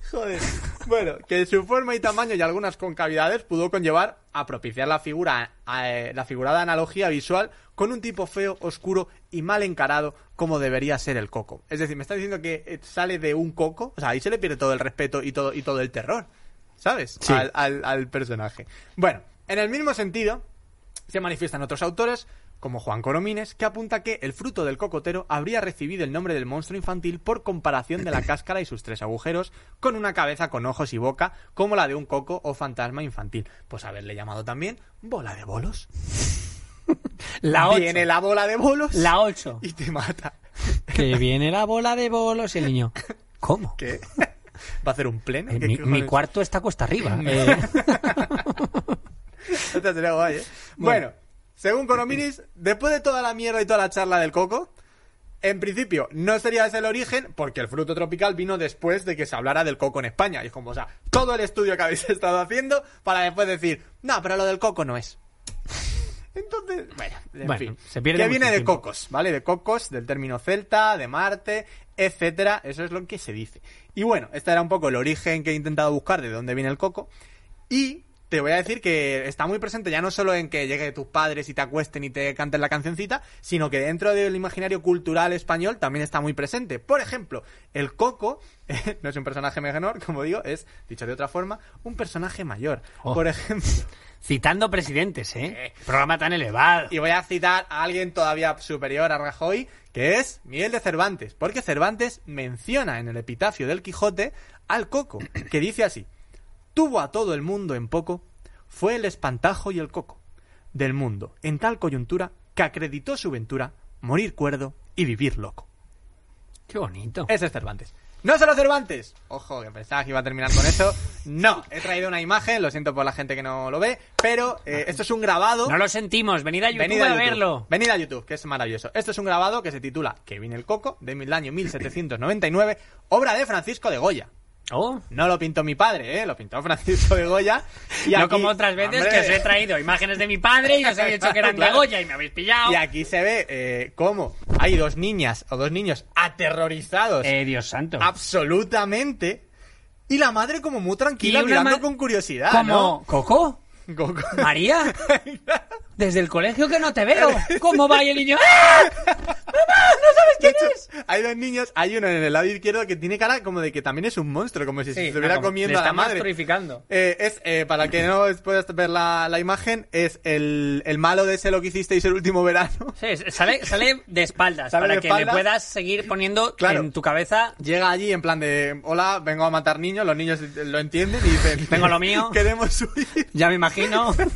Speaker 3: Joder. Bueno, que su forma y tamaño y algunas concavidades pudo conllevar a propiciar la figura, a, eh, la figurada analogía visual con un tipo feo, oscuro y mal encarado como debería ser el coco. Es decir, me está diciendo que eh, sale de un coco, o sea, ahí se le pierde todo el respeto y todo, y todo el terror, ¿sabes? Al, al- al personaje. Bueno, en el mismo sentido, se manifiestan otros autores, como Juan Coromines, que apunta que el fruto del cocotero habría recibido el nombre del monstruo infantil por
Speaker 2: [laughs]
Speaker 3: comparación de la cáscara y sus tres agujeros con una cabeza con ojos y boca como la de un coco o fantasma infantil. Pues haberle llamado también bola de bolos.
Speaker 2: La 8.
Speaker 3: Viene la bola de bolos
Speaker 2: La
Speaker 3: [laughs]
Speaker 2: 8.
Speaker 3: y te mata.
Speaker 2: Que viene la bola de bolos y el niño. ¿Cómo?
Speaker 3: ¿Qué? [laughs] ¿Va a hacer un pleno?
Speaker 2: Eh,
Speaker 3: ¿Qué
Speaker 2: mi, mi
Speaker 3: cojones?
Speaker 2: cuarto está cuesta arriba. Eh,
Speaker 3: Esta sería guay, ¿eh? Bueno, según Conomiris, después de toda la mierda y toda la charla del coco, en principio no sería ese el origen, porque el fruto tropical vino después de que se hablara del coco en España. Y es como, o sea, todo el estudio que habéis [laughs] estado haciendo para después decir, no, pero lo del coco no es. Entonces, bueno, en
Speaker 2: Bueno,
Speaker 3: fin.
Speaker 2: se pierde
Speaker 3: que
Speaker 2: mucho
Speaker 3: viene de
Speaker 2: tiempo.
Speaker 3: cocos, ¿vale? De cocos, del término celta, de Marte, etcétera. Eso es lo que se dice. Y bueno, este era un poco el origen que he intentado buscar de dónde viene el coco. Y te voy a decir que está muy presente ya no solo en que lleguen tus padres y te acuesten y te canten la cancioncita, sino que dentro del imaginario cultural español también está muy presente. Por ejemplo, el Coco [laughs] no es un personaje menor, como digo, es, dicho de otra forma, un personaje mayor.
Speaker 2: Oh.
Speaker 3: Por ejemplo,
Speaker 2: [laughs] Citando presidentes, ¿eh? Programa tan elevado.
Speaker 3: y voy a citar a alguien todavía superior a Rajoy, que es Miguel de Cervantes, porque Cervantes menciona en el epitafio del Quijote al coco, que dice así, tuvo a todo el mundo en poco, fue el espantajo y el coco del mundo, en tal coyuntura que acreditó su ventura, morir cuerdo y vivir loco.
Speaker 2: Qué bonito.
Speaker 3: Ese es Cervantes. ¡No solo Cervantes! Ojo, que pensaba que iba a terminar con eso. No, he traído una imagen, lo siento por la gente que no lo ve, pero eh, esto es un grabado.
Speaker 2: No lo sentimos. Venid a YouTube
Speaker 3: Venid a
Speaker 2: a
Speaker 3: YouTube.
Speaker 2: verlo.
Speaker 3: Venid a YouTube, que es maravilloso. Esto es un grabado que se titula Kevin el Coco, del año 1799, obra de Francisco de Goya.
Speaker 2: Oh.
Speaker 3: No lo pintó mi padre, ¿eh? lo pintó Francisco de Goya.
Speaker 2: [laughs]
Speaker 3: Y
Speaker 2: no
Speaker 3: aquí-
Speaker 2: como otras veces
Speaker 3: ¡Hombre!
Speaker 2: que os he traído imágenes de mi padre y os había dicho que eran de
Speaker 3: Claro.
Speaker 2: Goya y me habéis pillado.
Speaker 3: Y aquí se ve eh, cómo hay dos niñas o dos niños aterrorizados
Speaker 2: Eh, Dios santo.
Speaker 3: Ah, absolutamente y la madre como muy tranquila
Speaker 2: Y una
Speaker 3: mirando
Speaker 2: ma-
Speaker 3: con curiosidad,
Speaker 2: ¿Cómo? ¿Coco?
Speaker 3: ¿no? Coco.
Speaker 2: ¿María? Desde el colegio que no te veo. ¿Cómo va? Y el niño... ¡Ah!
Speaker 3: De hecho, Hay dos niños, hay uno en el lado izquierdo que tiene cara como de que también es un monstruo, como si se
Speaker 2: Sí,
Speaker 3: estuviera
Speaker 2: no, como-
Speaker 3: comiendo
Speaker 2: le
Speaker 3: a la
Speaker 2: está
Speaker 3: madre.
Speaker 2: monstruificando.
Speaker 3: Eh, es, eh, para el que no os puedas ver la, la imagen, es el, el malo de ese lo que hicisteis el último verano. [laughs]
Speaker 2: Sí, sale, sale de espaldas
Speaker 3: Sale
Speaker 2: para
Speaker 3: de
Speaker 2: que
Speaker 3: espaldas.
Speaker 2: le puedas seguir poniendo
Speaker 3: Claro.
Speaker 2: en tu cabeza
Speaker 3: Llega allí en plan de, hola, vengo a matar niños, los niños lo entienden y dicen,
Speaker 2: Tengo lo mío.
Speaker 3: [laughs] Queremos huir.
Speaker 2: Ya me
Speaker 3: [laughs]
Speaker 2: imagino.
Speaker 3: Pues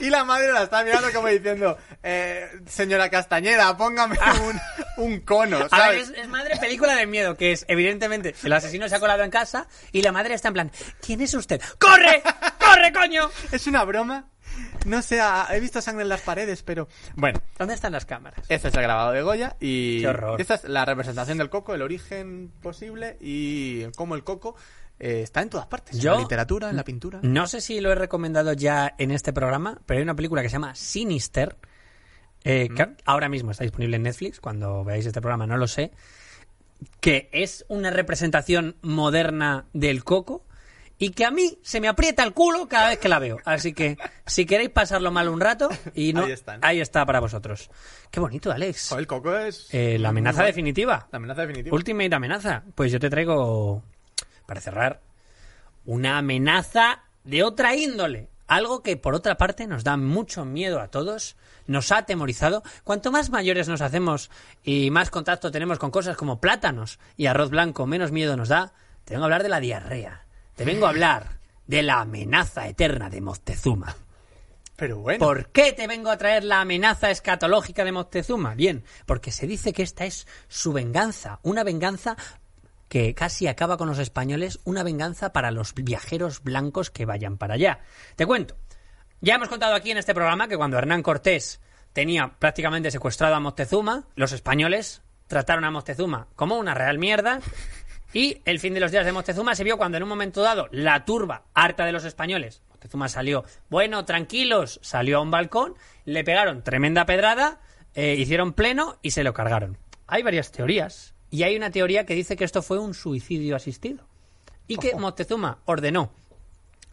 Speaker 3: Y la madre la está mirando como diciendo, eh, señora Castañera, póngame un, un cono,
Speaker 2: Ah. A ver,
Speaker 3: ¿sabes?
Speaker 2: es, es madre película de miedo, que es, evidentemente, el asesino se ha colado en casa y la madre está en plan, ¿quién es usted? ¡Corre! ¡Corre, coño!
Speaker 3: Es una broma. No sé, ah, he visto sangre en las paredes, pero... Bueno,
Speaker 2: ¿Dónde están las cámaras?
Speaker 3: Este es el grabado de Goya y
Speaker 2: Qué horror.
Speaker 3: esta es la representación del coco, el origen posible y cómo el coco eh, está en todas partes.
Speaker 2: Yo-
Speaker 3: En la literatura, en la pintura.
Speaker 2: No sé si lo he recomendado ya en este programa, pero hay una película que se llama Sinister, eh, que ahora mismo está disponible en Netflix, cuando veáis este programa no lo sé, que es una representación moderna del coco y que a mí se me aprieta el culo cada vez que la veo. Así que si queréis pasarlo mal un rato, y no,
Speaker 3: Ahí están.
Speaker 2: ahí está para vosotros. Qué bonito, Alex.
Speaker 3: Joder, el coco es...
Speaker 2: Eh, la amenaza
Speaker 3: muy guay.
Speaker 2: definitiva.
Speaker 3: La amenaza definitiva.
Speaker 2: Ultimate amenaza. Pues yo te traigo, para cerrar, una amenaza de otra índole. Algo que, por otra parte, nos da mucho miedo a todos, nos ha atemorizado. Cuanto más mayores nos hacemos y más contacto tenemos con cosas como plátanos y arroz blanco, menos miedo nos da. Te vengo a hablar de la diarrea. Te vengo a hablar de la amenaza eterna de Moctezuma.
Speaker 3: Pero bueno.
Speaker 2: ¿Por qué te vengo a traer la amenaza escatológica de Moctezuma? Bien, porque se dice que esta es su venganza, una venganza que casi acaba con los españoles, una venganza para los viajeros blancos que vayan para allá. Te cuento, ya hemos contado aquí en este programa que cuando Hernán Cortés tenía prácticamente secuestrado a Moctezuma, los españoles trataron a Moctezuma como una real mierda y el fin de los días de Moctezuma se vio cuando en un momento dado la turba, harta de los españoles, Moctezuma salió, bueno, tranquilos, salió a un balcón, le pegaron tremenda pedrada, eh, hicieron pleno y se lo cargaron. Hay varias teorías y hay una teoría que dice que esto fue un suicidio asistido y que Moctezuma ordenó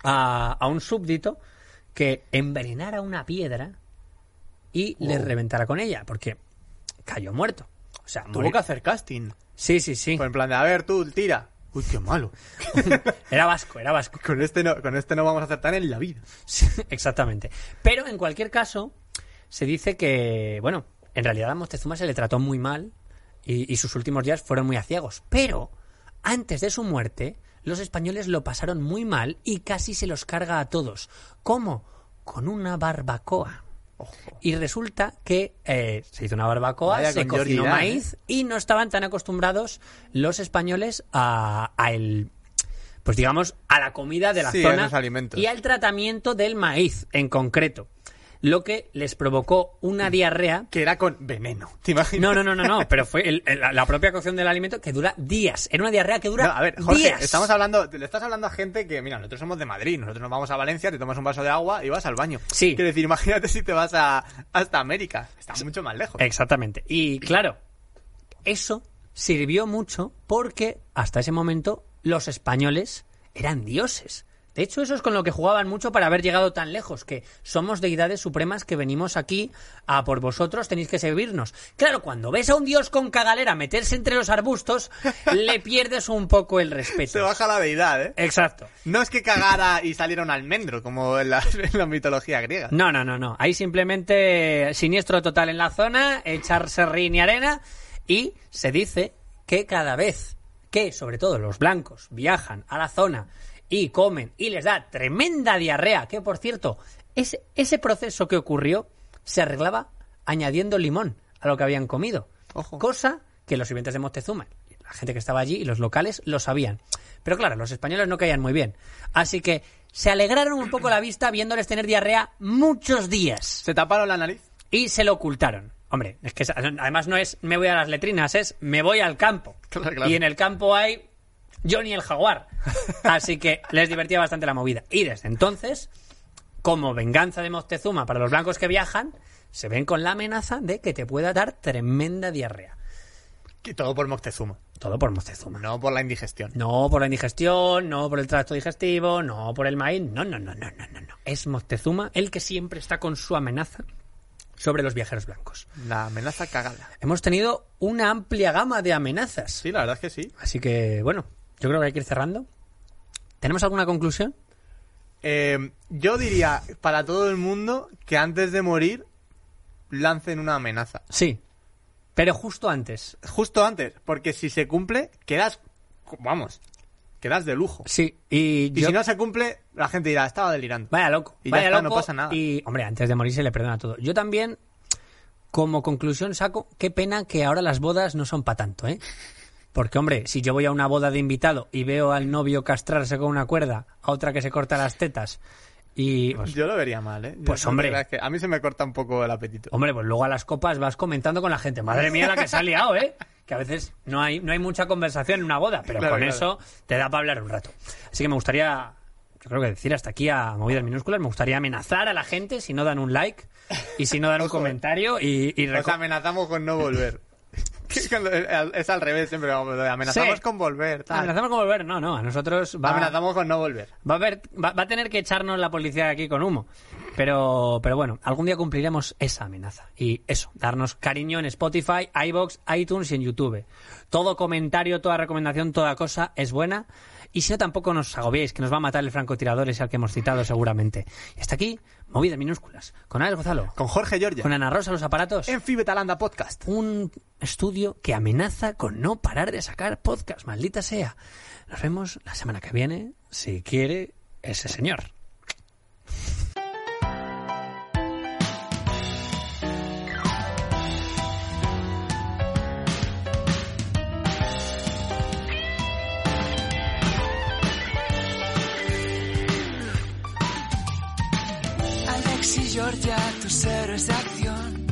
Speaker 2: a, a un súbdito que envenenara una piedra y le reventara con ella, porque cayó muerto. O sea,
Speaker 3: Tuvo
Speaker 2: morir-
Speaker 3: que hacer casting.
Speaker 2: Sí, sí, sí.
Speaker 3: Fue en plan de, a ver, tú, tira. Uy, qué malo.
Speaker 2: Era vasco, era vasco.
Speaker 3: [laughs] con, este no, con este no vamos a acertar en la vida.
Speaker 2: Sí, [laughs] Exactamente. Pero en cualquier caso, se dice que, bueno, en realidad a Moctezuma se le trató muy mal y, y sus últimos días fueron muy aciagos. Pero antes de su muerte, los españoles lo pasaron muy mal y casi se los carga a todos. ¿Cómo? Con una barbacoa. Y resulta que eh, se hizo una barbacoa,
Speaker 3: Vaya
Speaker 2: se
Speaker 3: con Jordi ¿eh?
Speaker 2: cocinó
Speaker 3: Dan,
Speaker 2: maíz y no estaban tan acostumbrados los españoles a, a el, pues digamos, a la comida de la
Speaker 3: Sí, a
Speaker 2: zona
Speaker 3: esos alimentos.
Speaker 2: y al tratamiento del maíz en concreto, lo que les provocó una diarrea.
Speaker 3: Que era con veneno. ¿Te imaginas?
Speaker 2: No, no, no, no, no, pero fue el- el- la propia cocción del alimento que dura días. Era una diarrea que dura
Speaker 3: No, a ver, Jorge,
Speaker 2: días.
Speaker 3: estamos hablando, le estás hablando a gente que, mira, nosotros somos de Madrid, nosotros nos vamos a Valencia, te tomas un vaso de agua y vas al baño.
Speaker 2: Sí.
Speaker 3: Quiero decir, imagínate si te vas a, hasta América. Está mucho más
Speaker 2: Eh,
Speaker 3: lejos.
Speaker 2: Exactamente. Y claro, eso sirvió mucho porque hasta ese momento los españoles eran dioses. De hecho, eso es con lo que jugaban mucho para haber llegado tan lejos, que somos deidades supremas que venimos aquí a por vosotros, tenéis que servirnos. Claro, cuando ves a un dios con cagalera meterse entre los arbustos, le pierdes un poco el respeto.
Speaker 3: Se baja la deidad, ¿eh?
Speaker 2: Exacto.
Speaker 3: No es que cagara y saliera un almendro, como en la, [laughs] en la mitología griega.
Speaker 2: No, no, no, no. Ahí simplemente siniestro total en la zona, echarse rin y arena. Y se dice que cada vez que, sobre todo los blancos, viajan a la zona y comen y les da tremenda diarrea, que por cierto, ese, ese proceso que ocurrió se arreglaba añadiendo limón a lo que habían comido.
Speaker 3: Ojo.
Speaker 2: Cosa que los sirvientes de Moctezuma, la gente que estaba allí y los locales lo sabían. Pero claro, los españoles no caían muy bien. Así que se alegraron un poco la vista viéndoles tener diarrea muchos días
Speaker 3: Se taparon la nariz.
Speaker 2: y se lo ocultaron. Hombre, es que esa- además no es me voy a las letrinas, es me voy al campo.
Speaker 3: Claro, claro.
Speaker 2: Y en el campo hay Johnny el jaguar. Así que les divertía bastante la movida. Y desde entonces, como venganza de Moctezuma para los blancos que viajan, se ven con la amenaza de que te pueda dar tremenda diarrea.
Speaker 3: Y todo por Moctezuma.
Speaker 2: Todo por Moctezuma.
Speaker 3: No por la indigestión.
Speaker 2: No por la indigestión, no por el tracto digestivo, no por el maíz. No, no, no, no, no, no. no. Es Moctezuma el que siempre está con su amenaza sobre los viajeros blancos.
Speaker 3: La amenaza cagada.
Speaker 2: Hemos tenido una amplia gama de amenazas.
Speaker 3: Sí, la verdad es que sí.
Speaker 2: Así que, bueno, yo creo que hay que ir cerrando. ¿Tenemos alguna conclusión?
Speaker 3: Eh, yo diría para todo el mundo que antes de morir lancen una amenaza.
Speaker 2: Sí. Pero justo antes.
Speaker 3: Justo antes, porque si se cumple, quedas, vamos, quedas de lujo.
Speaker 2: Sí. Y,
Speaker 3: Y
Speaker 2: yo-
Speaker 3: si no se cumple, la gente dirá, estaba delirando.
Speaker 2: Vaya loco.
Speaker 3: Y ya
Speaker 2: vaya
Speaker 3: está,
Speaker 2: loco.
Speaker 3: no pasa nada.
Speaker 2: Y, hombre, antes de morir se le perdona todo. Yo también, como conclusión, saco qué pena que ahora las bodas no son para tanto, ¿eh? Porque, hombre, si yo voy a una boda de invitado y veo al novio castrarse con una cuerda, a otra que se corta las tetas, y. pues,
Speaker 3: Yo lo vería mal, ¿eh? Yo
Speaker 2: Pues,
Speaker 3: la
Speaker 2: hombre.
Speaker 3: verdad es que a mí se me corta un poco el apetito.
Speaker 2: Hombre, pues luego a las copas vas comentando con la gente. Madre mía, la que se ha liado, ¿eh? Que a veces no hay, no hay mucha conversación en una boda, pero
Speaker 3: Claro,
Speaker 2: con
Speaker 3: claro.
Speaker 2: eso te da para hablar un rato. Así que me gustaría, yo creo que decir hasta aquí a movidas minúsculas, me gustaría amenazar a la gente si no dan un like y si no dan un
Speaker 3: Ojo, eh.
Speaker 2: comentario y, y
Speaker 3: Nos
Speaker 2: reco-
Speaker 3: amenazamos con
Speaker 2: [laughs]
Speaker 3: no volver. [laughs] Que con lo- es al revés, siempre vamos, lo de amenazamos
Speaker 2: Sí.
Speaker 3: con volver. tal.
Speaker 2: Amenazamos con volver, no, no, a nosotros va,
Speaker 3: Amenazamos con no volver.
Speaker 2: va a haber- va- va a tener que echarnos la policía de aquí con humo. Pero, pero bueno, algún día cumpliremos esa amenaza. Y eso, darnos cariño en Spotify, iBox, iTunes y en YouTube. Todo comentario, toda recomendación, toda cosa es buena. Y si no, tampoco nos agobiéis, que nos va a matar el francotirador ese al que hemos citado seguramente. Y hasta aquí, movidas minúsculas. Con Alex Gonzalo,
Speaker 3: Con Jorge Giorgia.
Speaker 2: con Ana Rosa, los aparatos.
Speaker 3: En Fibetalanda Podcast.
Speaker 2: Un estudio que amenaza con no parar de sacar podcast, maldita sea. Nos vemos la semana que viene, si quiere ese señor.
Speaker 1: Alex y Georgia, tus héroes de acción.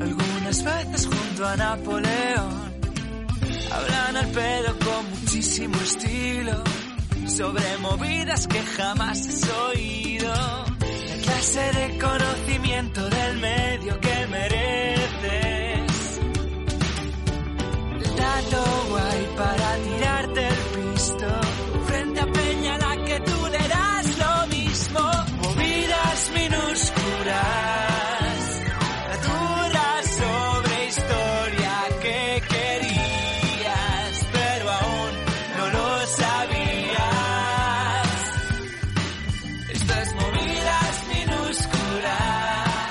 Speaker 1: Algunas veces junto a Napoleón. Hablan al pedo con muchísimo estilo. Sobre movidas que jamás has oído. La clase de conocimiento del medio que mereces. El dato guay para tirarte el pisto. Frente a Peña a la que tú le das lo mismo. Movidas minúsculas. Duras sobre historia que querías, pero aún no lo sabías. Estas movidas minúsculas.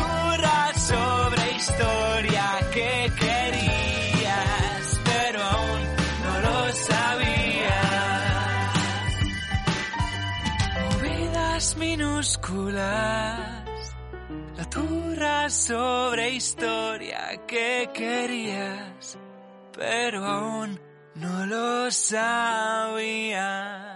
Speaker 1: Duras sobre historia que querías, pero aún no lo sabías. Movidas minúsculas, la turra sobre historia que querías, pero aún no lo sabías.